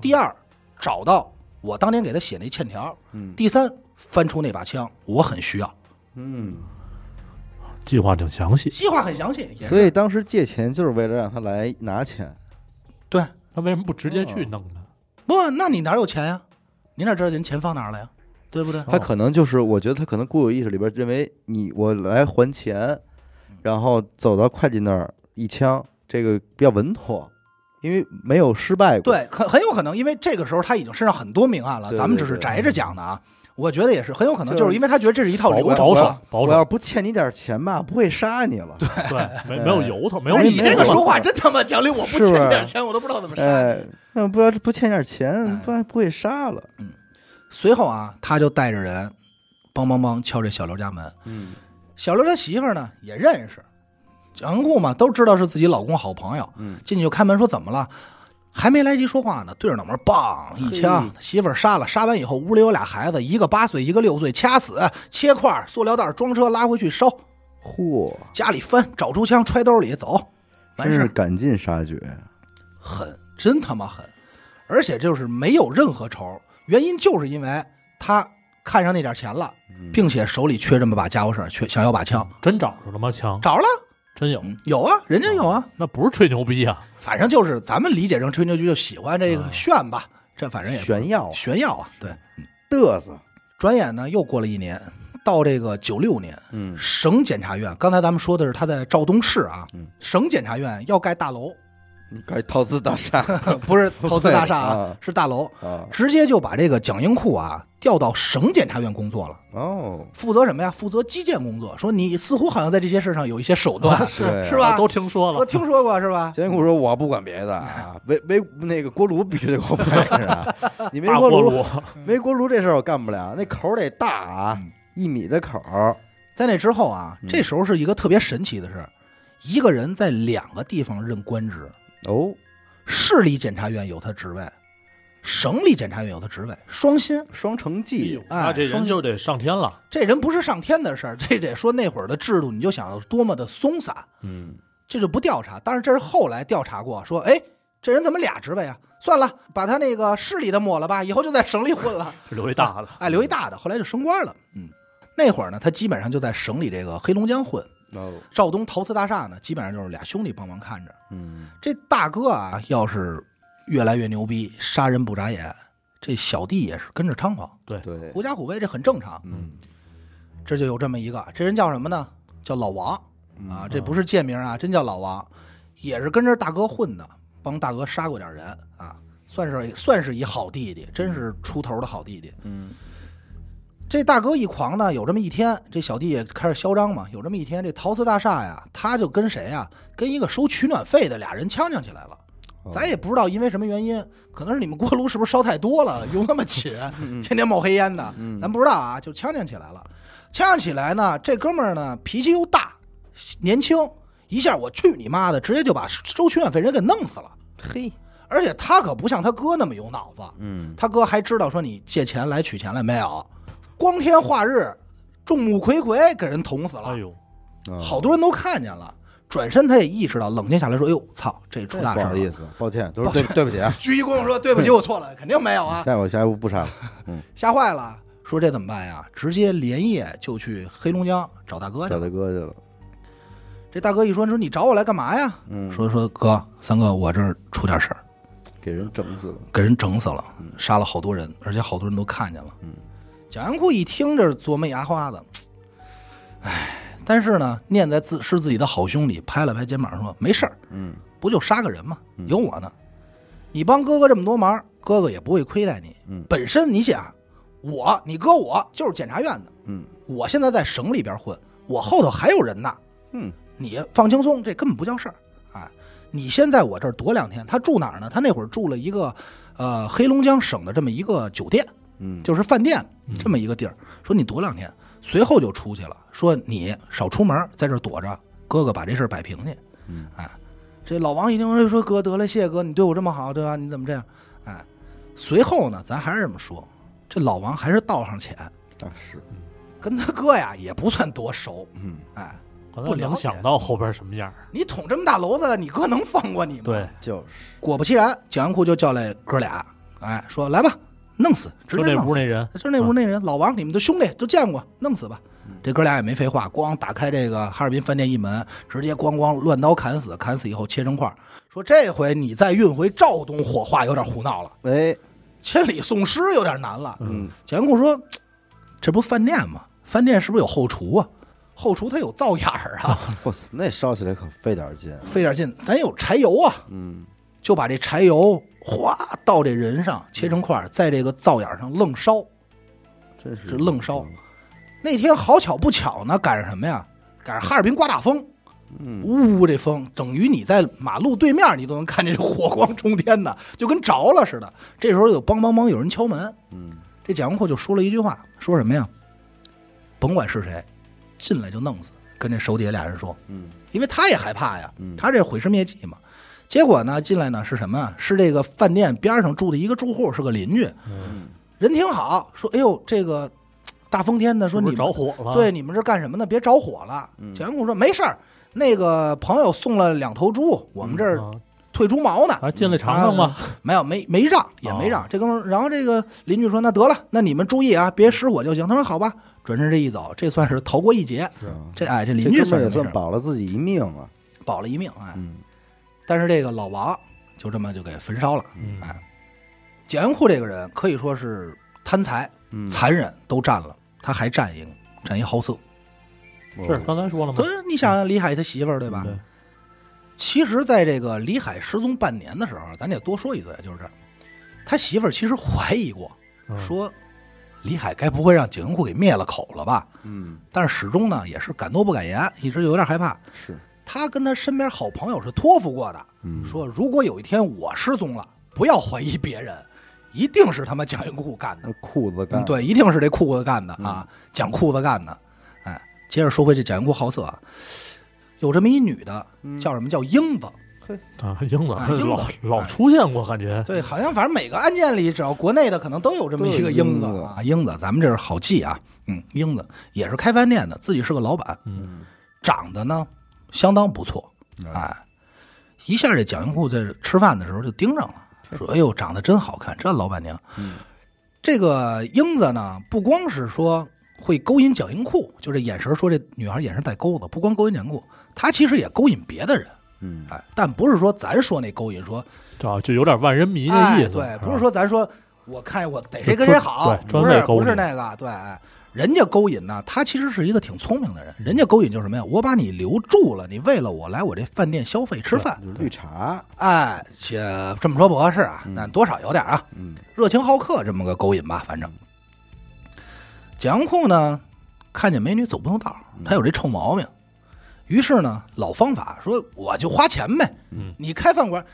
第二，找到我当年给他写那欠条；嗯第三，翻出那把枪，我很需要。嗯，计划挺详”细。计划很详细，也是所以当时借钱就是为了让他来拿钱，对。他为什么不直接去弄呢？不，那你哪有钱呀、你哪知道人钱放哪儿了呀？对不对？他可能就是我觉得他可能固有意识里边认为你我来还钱，然后走到会计那儿一枪，这个比较稳妥，因为没有失败过。对，很很有可能，因为这个时候他已经身上很多名案了，对咱们只对是对宅着讲的啊。我觉得也是很有可能，就是就是因为他觉得这是一套保流我程。保守我保我守要不欠你点钱吧，不会杀你了。对，对，没哎没有由头，没有哎，理你由。这个说话真他妈讲理！我不是不欠是点钱，我都不知道怎么删。哎，那不要不欠点钱哎，不然不会杀了。随后啊，他就带着人，梆梆梆敲这小刘家门。嗯小刘他媳妇儿呢也认识，蒋固嘛都知道是自己老公好朋友，嗯进去就开门说怎么了，还没来及说话呢，对着脑门儿梆一枪嘿，媳妇儿杀了，杀完以后屋里有俩孩子，一个八岁，一个六岁，掐死，切块儿，塑料袋儿装车拉回去烧，嚯，家里翻，找出枪揣兜里走，完真事是儿赶尽杀绝。狠，真他妈狠，而且就是没有任何仇，原因就是因为他看上那点钱了，嗯并且手里缺这么把家伙事儿，缺想要把枪，真找着了吗？枪找了，真有，嗯有啊，人家有哦啊，那不是吹牛逼啊！反正就是咱们理解成吹牛逼就喜欢这个炫吧，这反正也不炫耀啊炫耀啊，对。嘚瑟，转眼呢，又过了一年，到这个九六年，嗯省检察院，刚才咱们说的是他在肇东市啊，嗯省检察院要盖大楼，该投资大厦不是投资大厦对啊 啊，是大楼，啊！直接就把这个蒋英库啊调到省检察院工作了，哦，负责什么呀？负责基建工作。说你似乎好像在这些事上有一些手段， 对啊是啊吧我都听说我了，听说过是 吧？监控说：“我不管别的 啊，围围那个锅炉必须得给我配上啊！你没大锅锅炉，炉，没锅炉这事儿我干不了。那口儿得大啊，嗯一米的口儿。在那之后啊，嗯这时候是一个特别神奇的事儿，一个人在两个地方任官职，哦，市里检察院有他职位，省里检察院有他职位，双薪。双城哎记呦，那这人就得上天了。这人不是上天的事儿，这得说那会儿的制度，你就想有多么的松散，嗯，这就不调查。但是这是后来调查过，说哎，这人怎么俩职位啊？算了，把他那个市里的抹了吧，以后就在省里混了。留一大的，哎，留一大的，后来就升官了。嗯，那会儿呢，他基本上就在省里这个黑龙江混。哦，肇东陶瓷大厦呢，基本上就是俩兄弟帮忙看着。嗯，这大哥啊，要是越来越牛逼，杀人不眨眼，这小弟也是跟着猖狂，对，狐假虎威，这很正常。嗯这就有这么一个，这人叫什么呢？叫老王嗯啊，这不是贱名啊，真叫老王，也是跟着大哥混的，帮大哥杀过点人啊，算是算是一好弟弟，真是出头的好弟弟。嗯这大哥一狂呢，有这么一天，这小弟也开始嚣张嘛。有这么一天，这陶瓷大厦呀，他就跟谁呀，跟一个收取暖费的俩人呛呛起来了哦。咱也不知道因为什么原因，可能是你们锅炉是不是烧太多了，用那么勤，嗯天天冒黑烟的，咱不知道啊，就呛呛起来了。呛呛起来呢，这哥们儿呢脾气又大，年轻，一下我去你妈的，直接就把收取暖费人给弄死了。嘿，而且他可不像他哥那么有脑子，嗯他哥还知道说你借钱来取钱来没有？光天化日，众目睽睽给人捅死哎了，呦，好多人都看见了。转身他也意识到，冷静下来说：“哎呦，操，这出大不事好儿意了。思，抱歉，都是对对不起啊，” 鞠一躬说：“对不起，我错了，肯定没有啊，下我下一步不杀了。 吓坏了。”说这怎么办呀？直接连夜就去黑龙江找大哥去找了。大哥去了。这大哥一说，你说你找我来干嘛呀？嗯，说说哥，三哥，我这儿出点事儿，给人整死了，给人整死了嗯，杀了好多人，而且好多人都看见了。嗯蒋阳库一听这琢磨牙花子，唉，但是呢，念在自是自己的好兄弟，拍了拍肩膀说：“没事儿，嗯不就杀个人吗？嗯有我呢。你帮哥哥这么多忙，哥哥也不会亏待你。嗯本身你想，我你哥我就是检察院的，嗯我现在在省里边混，我后头还有人呢。嗯你放轻松，这根本不叫事儿啊！你先在我这儿躲两天。他住哪儿呢？他那会儿住了一个呃黑龙江省的这么一个酒店，嗯，就是饭店嗯这么一个地儿。说你躲两天，随后就出去了。说你少出门，在这儿躲着，哥哥把这事儿摆平去。嗯哎，这老王一听说说哥得了，谢谢哥，你对我这么好，对吧？你怎么这样？哎，随后呢，咱还是这么说，这老王还是道上浅，那是，跟他哥呀也不算多熟。嗯哎，可不能了能解想到后边什么样儿。你捅这么大娄子，你哥能放过你吗？对，就是，果不其然，蒋阳库就叫来哥俩，哎，说来吧，弄死，直就接那弄死。屋那人，就是那屋那人，老王，你们的兄弟都见过，弄死吧嗯。这哥俩也没废话，咣打开这个哈尔滨饭店一门，直接咣咣乱刀砍死，砍死以后切成块儿。说这回你再运回肇东火化有点胡闹了，哎，千里送尸有点难了。嗯蒋元库说：“这不饭店吗？饭店是不是有后厨啊？后厨它有灶眼儿啊，我操，那烧起来可费点劲，费点劲，咱有柴油啊。”嗯就把这柴油哗倒这人上，切成块儿，在这个灶眼上愣烧。真是这愣烧，那天好巧不巧呢，赶上什么呀？赶上哈尔滨刮大风，嗯呜呜这风，等于你在马路对面，你都能看见这火光冲天的，就跟着了似的。这时候有梆梆梆有人敲门，嗯这蒋文阔就说了一句话，说什么呀？甭管是谁，进来就弄死。跟这手底下俩人说，嗯因为他也害怕呀嗯，他这毁尸灭迹嘛。结果呢，进来呢是什么啊？是这个饭店边上住的一个住户，是个邻居，嗯人挺好，说哎呦这个嘖大风天的，说是不你是们着火了，对，你们这干什么呢？别着火了嗯。蒋元库说没事儿，那个朋友送了两头猪，我们这儿啊啊，哦退猪毛呢，还进来尝尝吧。没有没没让也没让。这哥们儿，然后这个邻居说那得了，那你们注意啊，别失火就行。他说好吧，转身这一走，这算是逃过一劫。嗯啊这哎，这这邻居哥们儿算是也没事算儿保了自己一命啊，保了一命哎。嗯但是这个老王就这么就给焚烧了。嗯，哎蒋元库这个人可以说是贪财、嗯，残忍都占了，他还占一个占一好色。嗯是刚才说了吗所？以你想想李海他媳妇儿对吧？嗯对，其实，在这个李海失踪半年的时候，咱得多说一嘴，就是这儿他媳妇儿其实怀疑过，嗯说李海该不会让景文库给灭了口了吧？嗯但是始终呢，也是敢怒不敢言，一直有点害怕。是，他跟他身边好朋友是托付过的，嗯说如果有一天我失踪了，不要怀疑别人，一定是他妈蒋云库干的那。裤子嗯，干，对，一定是这裤子干的啊，蒋裤子干的。哎，接着说回这蒋云库好色啊，有这么一女的嗯叫什么叫英子，啊，英子哎英子老哎老出现过，感 觉对，好像反正每个案件里，只要国内的，可能都有这么一个英子都有英子啊，英子，咱们这是好记啊，嗯，英子也是开饭店的，自己是个老板，嗯长得呢相当不错，哎，一下这蒋云库在吃饭的时候就盯上了，说：“哎呦，长得真好看，这老板娘。嗯”这个英子呢，不光是说会勾引蒋云库，就这眼神说这女孩眼神带钩子，不光勾引蒋云库，她其实也勾引别的人，嗯哎，但不是说咱说那勾引说啊，就有点万人迷那哎，意思。啊对，吧不是说咱说我看我逮谁跟谁好，对专不为是勾不是引那个，对，哎人家勾引呢，他其实是一个挺聪明的人，人家勾引就是什么呀？我把你留住了，你为了我来我这饭店消费吃饭，就是绿茶，哎，且这么说不合适啊，那多少有点啊，嗯热情好客这么个勾引吧，反正。蒋阳库呢，看见美女走不动道儿，他有这臭毛病，于是呢，老方法说我就花钱呗，嗯你开饭馆，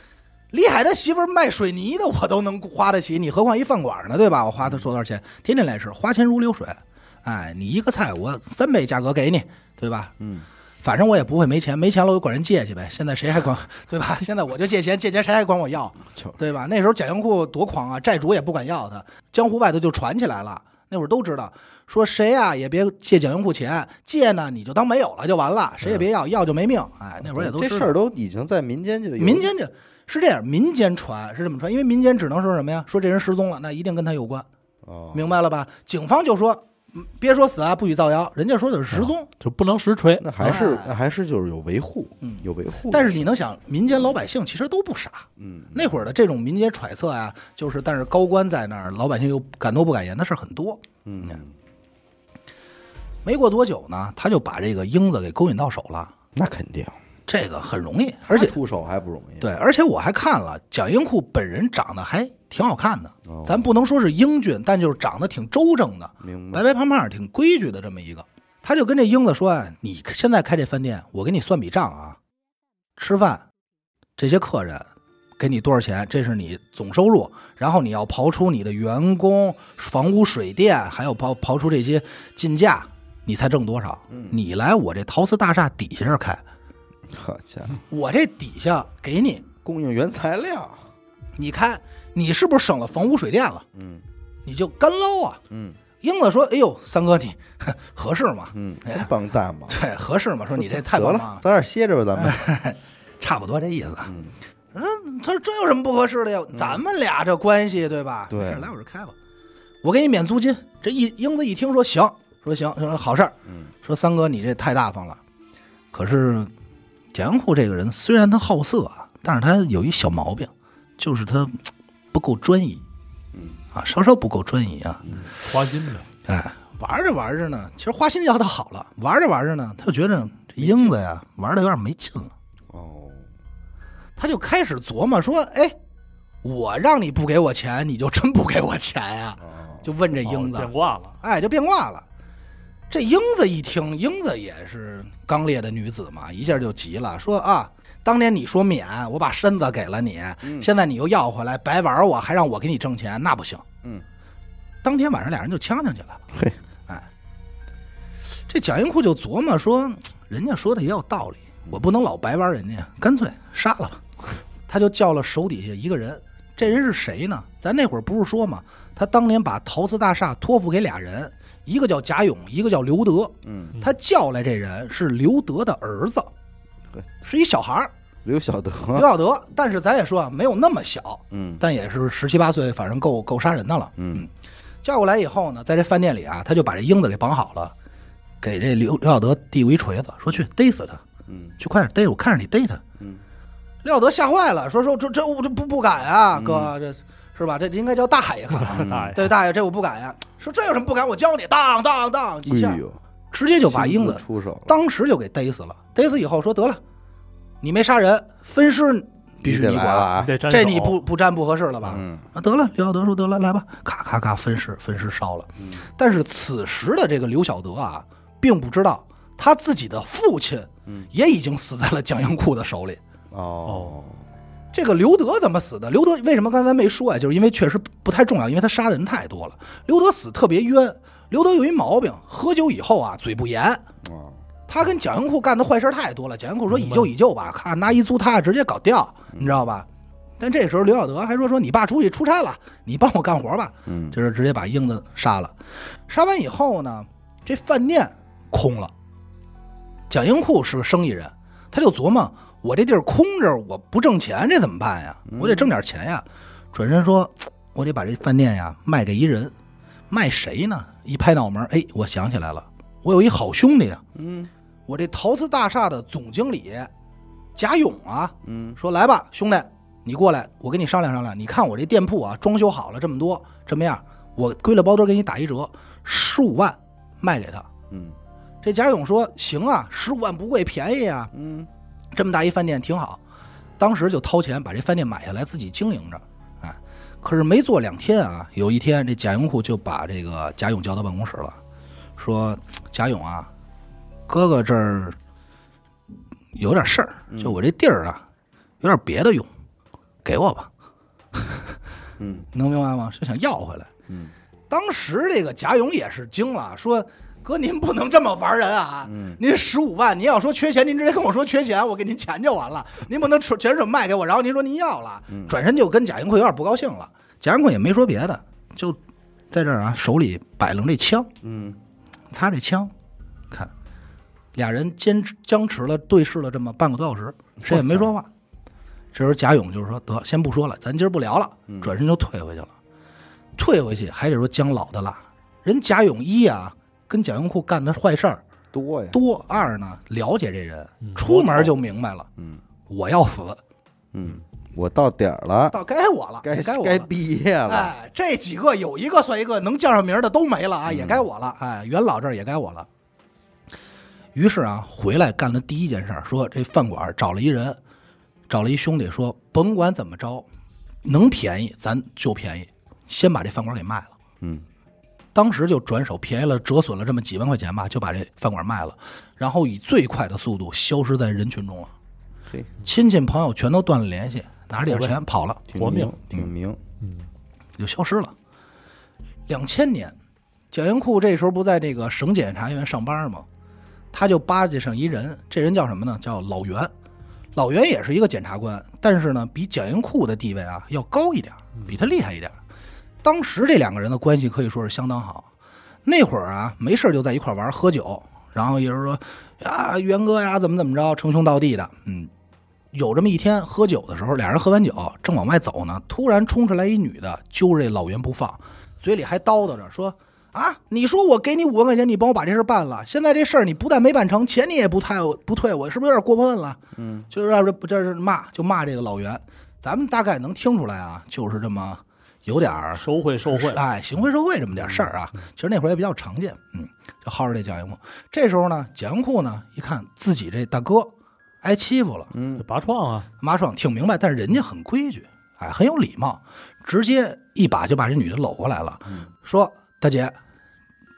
李海他媳妇儿卖水泥的我都能花得起，你何况一饭馆呢，对吧？我花他多少钱，天天来吃，花钱如流水，哎，你一个菜我三倍价格给你，对吧？嗯反正我也不会没钱，没钱了我就管人借 去呗。现在谁还管对吧？ 现在我就借钱，借钱谁还管我要就，对吧？那时候贾云库多狂啊，债主也不敢要他，江湖外头就传起来了。那会儿都知道，说谁呀、也别借蒋云库钱，借呢你就当没有了就完了，谁也别要，要就没命。哎，那会儿也都嗯这知事道儿。都已经在民间就有民间就是这样，民间传是这么传，因为民间只能说什么呀？说这人失踪了，那一定跟他有关，哦，明白了吧？警方就说嗯别说死啊，不许造谣，人家说的是失踪，就不能实锤。那还是哎那还是就是有维护，嗯有维护。但是你能想，民间老百姓其实都不傻。嗯，那会儿的这种民间揣测啊，就是但是高官在那儿，老百姓又敢怒不敢言的事儿很多。嗯，没过多久呢，他就把这个英子给勾引到手了，那肯定，这个很容易，而且他出手还不容易。对，而且我还看了蒋英库本人长得还挺好看的，哦咱不能说是英俊，但就是长得挺周正的，明白白白胖胖、挺规矩的这么一个。他就跟这英子说：“啊，你现在开这饭店，我给你算笔账啊，吃饭这些客人给你多少钱，这是你总收入，然后你要刨出你的员工、房屋、水电，还有刨刨出这些进价，你才挣多少。嗯你来我这陶瓷大厦底下这儿开，好家伙，我这底下给你，供应原材料，你看你是不是省了房屋水电了？嗯你就干捞啊。”嗯英子说：“哎呦，三哥你 呵合适吗？嗯，哎呀真帮大忙。 对，合适吗？说你这太得棒了了，，早点歇着吧，咱们。差不多这意思。嗯他说这有什么不合适的呀？咱们俩这关系对吧？对没事来我这开吧，我给你免租金。这一英子一听说行，说行，说好事儿，嗯说三哥你这太大方了。可是蒋阳库这个人虽然他好色啊，但是他有一小毛病，就是他嘖不够专一嗯啊，稍稍不够专一啊。花心的，哎，玩着玩着呢，其实花心要倒好了，玩着玩着呢，他就觉着这英子呀玩的有点没劲了。哦，他就开始琢磨说：“哎，我让你不给我钱，你就真不给我钱呀、哦就问这哦英子，变卦了，哎，就变卦了。这英子一听，英子也是刚烈的女子嘛，一下就急了，说啊，当年你说免，我把身子给了你，现在你又要回来，白玩我，还让我给你挣钱，那不行。嗯，当天晚上俩人就呛呛起来了。哎嘿，这蒋英库就琢磨说，人家说的也有道理，我不能老白玩人家，干脆杀了吧。他就叫了手底下一个人，这人是谁呢？咱那会儿不是说嘛，他当年把陶瓷大厦托付给俩人，一个叫贾勇，一个叫刘德。嗯，他叫来这人是刘德的儿子对，是一小孩儿，刘晓德，嗯刘晓德。但是咱也说啊，没有那么小，嗯但也是十七八岁，反正够够杀人的了。嗯叫过来以后呢，在这饭店里啊，他就把这英子给绑好了，给这刘刘晓德递过一锤子，说去逮死他，嗯去快点逮，我看着你逮他。嗯，刘晓德吓坏了，说说这这我这不不敢啊，哥，这是吧？这应该叫大爷吧？ 大爷，嗯对，大爷，这我不敢呀、说这有什么不敢？我教你，当当当几下哎，呦，直接就把英子亲自出手了，当时就给逮死了。逮死以后说得了，你没杀人，分尸必须你得你来了管，啊你，得沾这手你不不沾不合适了吧？嗯啊，得了，刘晓德说得了，来吧，咔咔咔，分尸，分尸烧了嗯。但是此时的这个刘晓德啊，并不知道他自己的父亲嗯也已经死在了蒋英库的手里。哦，这个刘德怎么死的？刘德为什么刚才没说啊？就是因为确实不太重要，因为他杀的人太多了。刘德死特别冤，刘德有一毛病，喝酒以后啊嘴不严。哦，他跟蒋英库干的坏事太多了，蒋英库说以旧以旧吧，咔拿一租他直接搞掉，你知道吧？但这时候刘晓德还说说你爸出去出差了，你帮我干活吧，嗯，就是直接把英子杀了。杀完以后呢，这饭店空了。蒋英库是个生意人，他就琢磨我这地儿空着，我不挣钱，这怎么办呀？我得挣点钱呀。转身说，我得把这饭店呀卖给一人，卖谁呢？一拍脑门，哎，我想起来了，我有一好兄弟啊，嗯我这陶瓷大厦的总经理贾勇啊，嗯说来吧，兄弟，你过来，我跟你商量商量。你看我这店铺啊，装修好了这么多，这么样，我归了包堆给你打一折，十五万卖给他。嗯这贾勇说行啊，十五万不贵，便宜啊，嗯，这么大一饭店挺好。当时就掏钱把这饭店买下来，自己经营着。哎，可是没做两天啊，有一天这贾永库就把这个贾勇叫到办公室了，说：“贾勇啊，哥哥这儿有点事儿，嗯就我这地儿啊，有点别的用，给我吧。”嗯， 能明白吗？就想要回来。嗯，当时这个贾勇也是惊了，说：“哥，您不能这么玩人啊！嗯您十五万，您要说缺钱，您直接跟我说缺钱，我给您钱就完了。您不能全全准卖给我，然后您说您要了，嗯转身就跟贾云坤有点不高兴了。贾云坤也没说别的，就在这儿啊，手里摆弄这枪，嗯，擦这枪，看，俩人坚持僵持了，对视了这么半个多小时，谁也没说话。这时候贾勇就是说：“得，先不说了，咱今儿不聊了。”嗯转身就退回去了。退回去还得说姜老的辣，人贾勇一啊，跟蒋英库干的坏事儿多呀，多，二呢了解这人嗯，出门就明白了，嗯我要死，嗯，我到点儿了，到该我了，该该我该了。毕业了，哎，这几个有一个算一个，能叫上名儿的都没了啊，嗯也该我了。哎，元老这儿也该我了。于是啊，回来干的第一件事儿，说这饭馆儿找了一人，找了一兄弟说，甭管怎么着，能便宜咱就便宜，先把这饭馆儿给卖了。嗯当时就转手便宜了，折损了这么几万块钱吧，就把这饭馆卖了，然后以最快的速度消失在人群中了。嘿，亲戚朋友全都断了联系，拿着点钱跑了，挺活明命，挺明，嗯，就消失了。两千年，蒋英库这时候不在这个省检察院上班吗？他就巴结上一人，这人叫什么呢？叫老袁。老袁也是一个检察官，但是呢，比蒋英库的地位啊要高一点，比他厉害一点。当时这两个人的关系可以说是相当好。那会儿啊，没事儿就在一块儿玩儿喝酒，然后也是说啊，袁哥呀，怎么怎么着，称兄道弟的。嗯，有这么一天喝酒的时候，俩人喝完酒正往外走呢，突然冲出来一女的，揪着这老袁不放，嘴里还叨叨着说：“啊，你说我给你五万块钱，你帮我把这事儿办了，现在这事儿你不但没办成，钱你也不太不退我，是不是有点过分了？”嗯，就是要这不这是骂就骂这个老袁，咱们大概能听出来啊，就是这么有点儿收贿受贿，哎，行贿受贿这么点事儿嗯啊，其实那会儿也比较常见，嗯，就薅着这蒋英库。这时候呢，蒋英库呢一看自己这大哥挨欺负了，嗯拔创啊，马爽挺明白，但是人家很规矩，哎，很有礼貌，直接一把就把这女的搂过来了，嗯说：“大姐，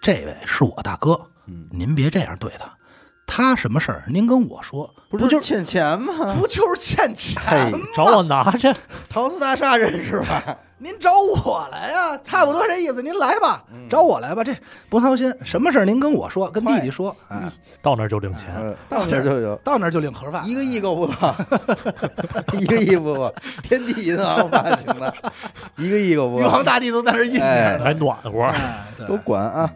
这位是我大哥，嗯，您别这样对他，他什么事儿您跟我说，不就是欠钱吗？哎不就是欠钱 嘿 吗？找我拿去，陶瓷大厦认识 吧？您找我来嗯呀、差不多这意思。您来吧，找我来吧。这不操心，什么事儿您跟我说，跟弟弟说。哎，到那儿就领钱，嗯到那儿就有。到那儿就领盒饭，一个亿够不 够？一个亿不够，天地银行发行 的，一个亿够不玉够皇？大帝都在那儿印着。哎，还暖和，哎，对都管啊！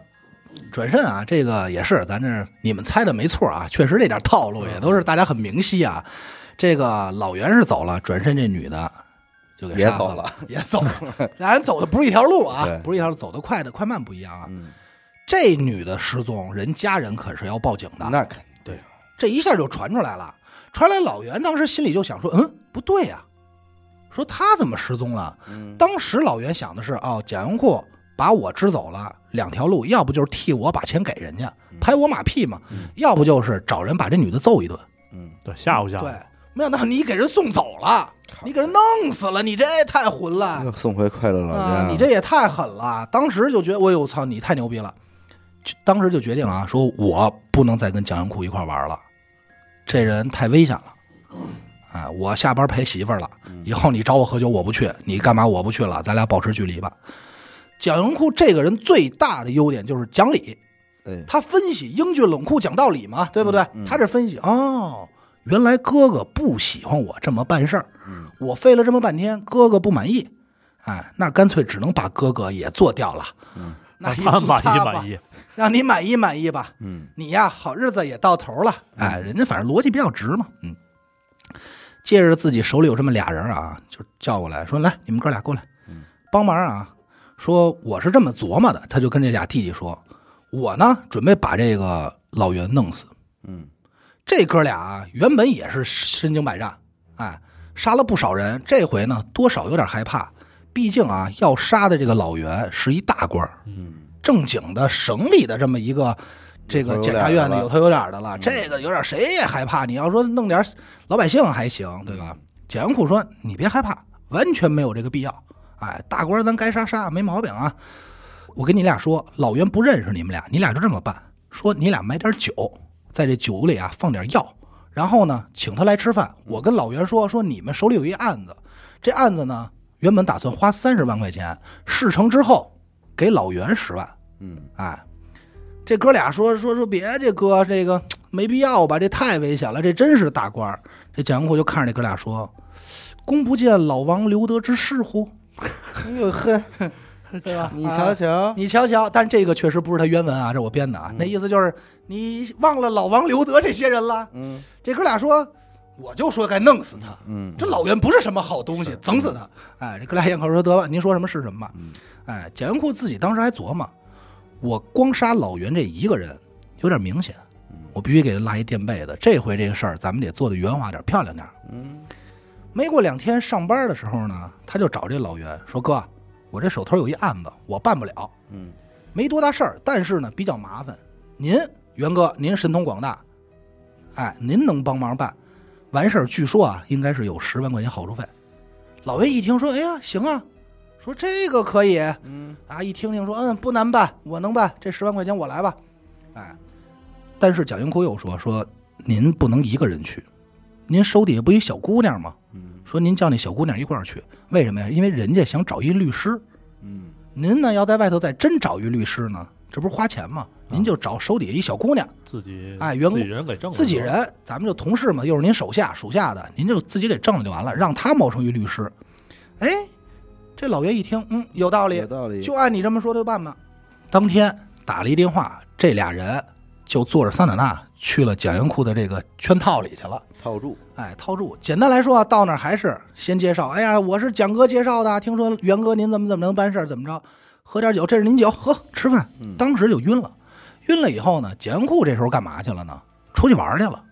转身啊，这个也是，咱这你们猜的没错啊，确实这点套路也都是大家很明晰啊。这个老袁是走了，转身这女的就给也杀死走了了， 也走了，俩人走的不是一条路啊对，不是一条路，走的快的快慢不一样啊。嗯，这女的失踪，人家人可是要报警的，那肯这一下就传出来了。传来老袁当时心里就想说，嗯，不对呀、说他怎么失踪了？定。当时老袁想的是，哦，蒋英库把我支走了，两条路，要不就是替我把钱给人家，拍我马屁嘛，嗯要不就是找人把这女的揍一顿。嗯，对，吓唬吓啊对唬，，没想到你给人送走了，你给人弄死了，你这也太混嗯了又送回快乐老家啊！了。你这也太狠了。当时就觉得，我哎呦我操，你太牛逼了！就当时就决定啊，说我不能再跟蒋英库一块玩了，这人太危险了。啊，我下班陪媳妇儿了，以后你找我喝酒我不去，你干嘛我不去了，咱俩保持距离吧。蒋英库这个人最大的优点就是讲理，对他分析英俊冷酷讲道理嘛，对不对？嗯嗯他这分析哦，原来哥哥不喜欢我这么办事儿，嗯我费了这么半天，哥哥不满意，哎，那干脆只能把哥哥也做掉了。嗯，那让也他就满意他吧满，意，让你满意满意吧。嗯你呀，好日子也到头了。哎，人家反正逻辑比较直嘛，嗯。借着自己手里有这么俩人啊，就叫过来说：“来，你们哥俩过来，嗯帮忙啊！”说我是这么琢磨的，他就跟这俩弟弟说：“我呢，准备把这个老袁弄死。嗯这哥俩啊，原本也是身经百战，哎，杀了不少人。这回呢，多少有点害怕，毕竟啊，要杀的这个老袁是一大官儿，嗯，正经的省里的这么一个这个检察院的有头有脸的了，嗯这个有点谁也害怕。你要说弄点老百姓还行，对吧？简苦说你别害怕，完全没有这个必要。哎，大官咱该杀杀，没毛病啊。我跟你俩说，老袁不认识你们俩，你俩就这么办，说你俩买点酒，在这酒里啊放点药，然后呢请他来吃饭。我跟老袁说说你们手里有一案子，这案子呢原本打算花三十万块钱，事成之后给老袁十万。嗯哎，这哥俩说说说别，这哥这个没必要吧，这太危险了，这真是大官儿。这蒋英库就看着这哥俩说：“公不见老王刘德之是乎哎呦呵，对吧？你瞧瞧？”，你瞧瞧，但这个确实不是他原文啊，这我编的啊。那意思就是你忘了老王刘德这些人了。嗯这哥俩说：“我就说该弄死他。”嗯，这老袁不是什么好东西，整死嗯他！哎，这哥俩咽口说得吧，您说什么是什么吧。哎，蒋元库自己当时还琢磨，我光杀老袁这一个人有点明显，嗯我必须给他拉一垫背的。这回这个事儿咱们得做的圆滑点儿、漂亮点儿。嗯，没过两天上班的时候呢，他就找这老袁说：“哥，我这手头有一案子，我办不了，嗯，没多大事儿，但是呢比较麻烦。您袁哥，您神通广大，哎，您能帮忙办完事儿，据说啊应该是有十万块钱好处费。”老袁一听说：“哎呀，行啊，说这个可以。”嗯，啊，一听听说，嗯，不难办，我能办，这十万块钱我来吧，哎，但是蒋英库又说说您不能一个人去，您手底下不一小姑娘吗？嗯，说您叫那小姑娘一块儿去，为什么呀？因为人家想找一律师，嗯，您呢要在外头再真找一律师呢，这不是花钱吗？您就找手底下一小姑娘，自己哎员工自己人给挣了，自己人，咱们就同事嘛，又是您手下属下的，您就自己给挣了就完了，让他冒充一律师。哎，这老袁一听，嗯，有道理有，道理，就按你这么说就办吧。当天打了一电话，这俩人就坐着桑塔纳去了蒋英库的这个圈套里去了。套住，哎，套住。简单来说啊，到那儿还是先介绍。哎呀，我是蒋哥介绍的，听说袁哥您怎么怎么能办事儿，怎么着？喝点酒，这是您酒，喝吃饭。嗯当时就晕了，晕了以后呢，蒋英库这时候干嘛去了呢？出去玩儿去了。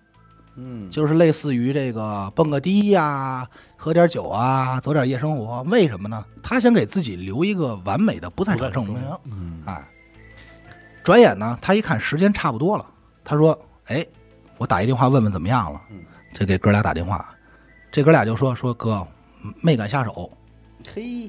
嗯，就是类似于这个蹦个迪呀、喝点酒啊，走点夜生活。为什么呢？他想给自己留一个完美的不在不在场证场明证。嗯，哎，转眼呢，他一看时间差不多了，他说：“哎，我打一电话问问怎么样了嗯。”就给哥俩打电话，这哥俩就说：“说哥，没敢下手。嘿，”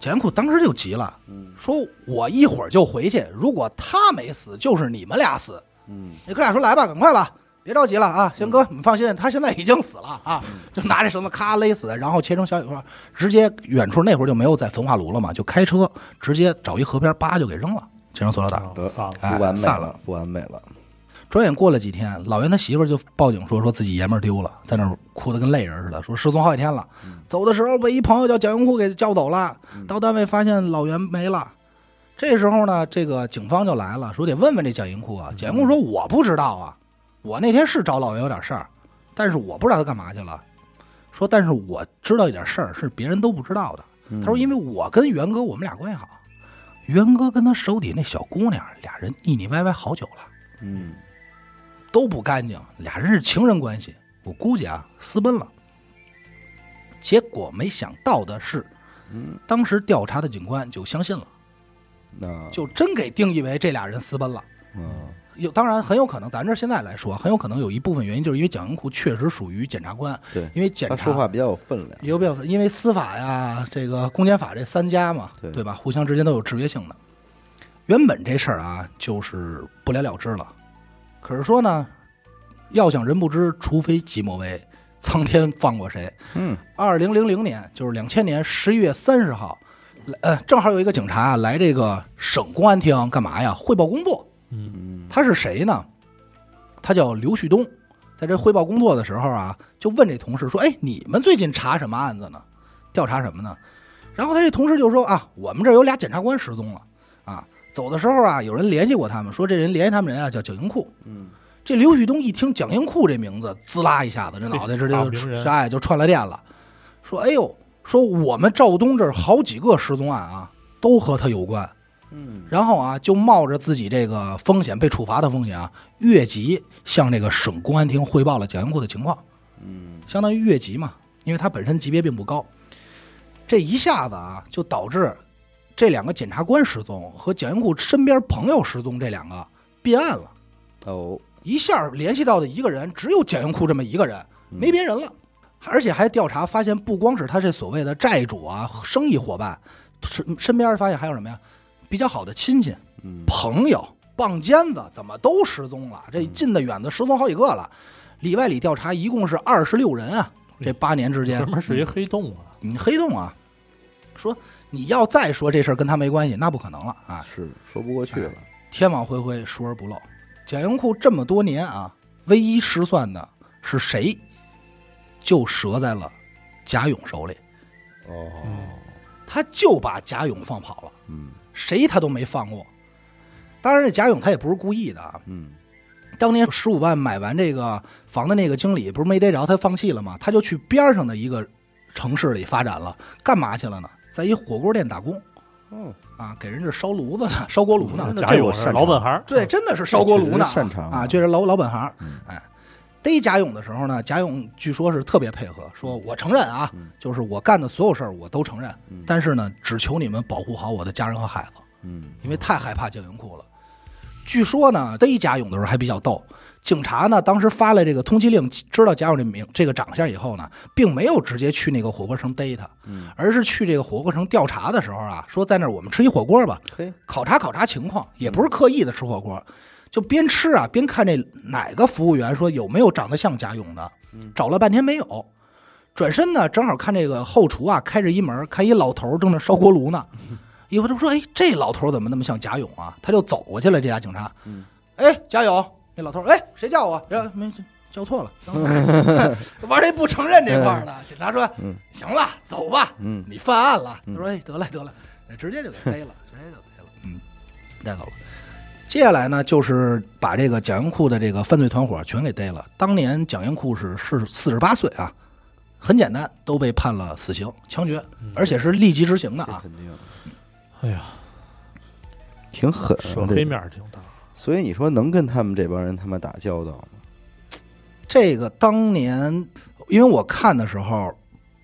简库当时就急了，嗯说：“我一会儿就回去，如果他没死，就是你们俩死。”嗯，那哥俩说来吧，赶快吧，别着急了啊，行哥，你放心，他现在已经死了啊，嗯就拿这绳子咔勒死，然后切成小几块，直接远处那会儿就没有在焚化炉了嘛，就开车直接找一河边叭就给扔了，切成塑料袋。得算嗯了，哎不完美散了不完美了，转眼过了几天，老袁他媳妇儿就报警说，说自己爷们儿丢了，在那儿哭得跟泪人似的，说失踪好几天了。走的时候被一朋友叫蒋云库给叫走了，到单位发现老袁没了。这时候呢，这个警方就来了，说得问问这蒋云库啊。蒋云库说我不知道啊，我那天是找老袁有点事儿，但是我不知道他干嘛去了。说但是我知道一点事儿是别人都不知道的。嗯嗯他说因为我跟袁哥我们俩关系好，袁哥跟他手底那小姑娘俩人腻腻歪歪好久了。嗯，都不干净，俩人是情人关系，我估计啊私奔了。结果没想到的是，嗯，当时调查的警官就相信了，那就真给定义为这俩人私奔了。嗯有，当然很有可能，咱这现在来说，很有可能有一部分原因就是因为蒋英库确实属于检察官，对因为检他察说话比较有分量，有没有？因为司法呀，这个公检法这三家嘛，对吧？互相之间都有制约性的。原本这事儿啊，就是不了了之了。可是说呢，要想人不知，除非己莫为，苍天放过谁？嗯，二零零零年，就是两千年十一月三十号，来呃，正好有一个警察啊来这个省公安厅干嘛呀？汇报工作。嗯，嗯他是谁呢？他叫刘旭东，在这汇报工作的时候啊，就问这同事说：“哎，你们最近查什么案子呢？调查什么呢？”然后他这同事就说：“啊，我们这儿有俩检察官失踪了，啊，走的时候啊，有人联系过他们，说这人联系他们人啊叫蒋英库。嗯”这刘旭东一听蒋英库这名字，滋啦一下子，这脑袋直接大就名人哎就串了电了，说：“哎呦，说我们肇东这儿好几个失踪案啊，都和他有关。”嗯，然后啊，就冒着自己这个风险被处罚的风险啊，越级向这个省公安厅汇报了蒋英库的情况，嗯相当于越级嘛，因为他本身级别并不高。这一下子啊，就导致这两个检察官失踪和蒋英库身边朋友失踪这两个变案了，哦，一下联系到的一个人只有蒋英库这么一个人，没别人了。而且还调查发现，不光是他这所谓的债主啊、生意伙伴，身身边发现还有什么呀？比较好的亲戚，嗯朋友、棒尖子怎么都失踪了？这嗯近的远的失踪好几个了，里外里调查一共是二十六人啊！这八年之间哎什，么是一黑洞啊？你黑洞啊！说你要再说这事儿跟他没关系，那不可能了啊！是说不过去了，天网恢恢，疏而不漏。蒋英库这么多年啊，唯一失算的是谁，就折在了贾勇手里。哦嗯，他就把贾勇放跑了，嗯谁他都没放过。当然，这贾勇他也不是故意的啊，嗯当年十五万买完这个房的那个经理不是没逮着，他放弃了吗？他就去边上的一个城市里发展了，干嘛去了呢？在一火锅店打工，哦嗯，啊，给人这烧炉子呢，烧锅炉呢嗯，贾勇是老本行嗯儿，对，真的是烧锅炉呢，确实擅长啊啊，确实老老本行嗯。哎，逮贾勇的时候呢，贾勇据说是特别配合，说我承认啊嗯，就是我干的所有事儿我都承认嗯，但是呢，只求你们保护好我的家人和孩子，嗯因为太害怕缙云库了。据说呢，逮贾勇的时候还比较逗。警察呢，当时发了这个通缉令，知道贾勇这名这个长相以后呢，并没有直接去那个火锅城逮他，嗯，而是去这个火锅城调查的时候啊，说在那儿我们吃一火锅吧，嘿，考察考察情况，也不是刻意的吃火锅，就边吃啊边看这哪个服务员说有没有长得像贾勇的，找了半天没有。转身呢，正好看这个后厨啊，开着一门，看一老头正在烧锅炉呢。一回头说：“哎，这老头怎么那么像贾勇啊？”他就走过去了。这俩警察嗯，哎，贾勇，那老头，哎，谁叫我？然后没事叫错了， 玩这不承认这块儿呢。 警察说：“嗯行了，走吧。”嗯你犯案了。嗯他说：“哎，得了得了，直接就给逮了，直接就逮了，嗯，带走了。”接下来呢，就是把这个蒋英库的这个犯罪团伙全给逮了。当年蒋英库是是四十八岁啊，很简单，都被判了死刑枪决，嗯而且是立即执行的这啊。肯定哎呀，挺狠，涉这黑面儿挺大，所以你说能跟他们这帮人他妈打交道吗？这个当年，因为我看的时候，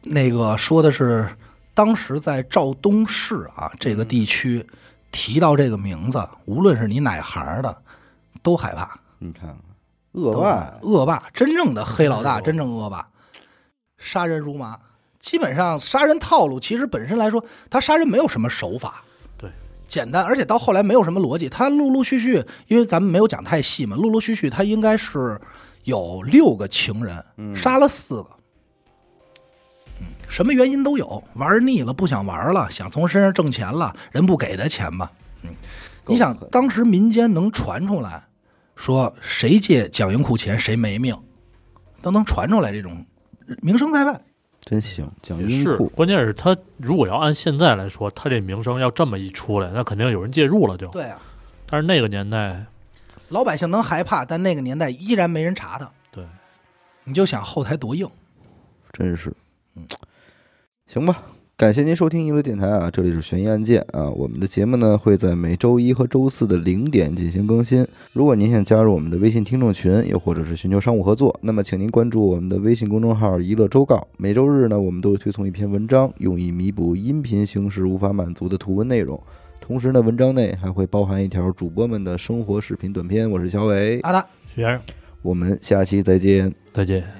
那个说的是当时在肇东市啊这个地区提到这个名字，无论是你哪行的，都害怕。你看看，恶霸，恶霸，真正的黑老大，真真正恶霸，杀人如麻。基本上杀人套路，其实本身来说，他杀人没有什么手法，对，简单，而且到后来没有什么逻辑。他陆陆续续，因为咱们没有讲太细嘛，陆陆续续他应该是有六个情人，嗯杀了四个。嗯什么原因都有，玩腻了，不想玩了，想从身上挣钱了，人不给他钱嘛。你想够狠，当时民间能传出来，说谁借蒋云库钱谁没命，都能传出来这种名声在外。真行，蒋也英是库，关键是他如果要按现在来说，他这名声要这么一出来，那肯定有人介入了就。对啊，但是那个年代，老百姓能害怕，但那个年代依然没人查他。对，你就想后台多硬。真是嗯，行吧。感谢您收听一路电台啊，这里是悬疑案件啊。我们的节目呢会在每周一和周四的零点进行更新。如果您想加入我们的微信听众群，又或者是寻求商务合作，那么请您关注我们的微信公众号“一乐周告”。每周日呢，我们都会推送一篇文章，用以弥补音频形式无法满足的图文内容。同时呢，文章内还会包含一条主播们的生活视频短片。我是小伟，阿达，徐先生我们下期再见。再见。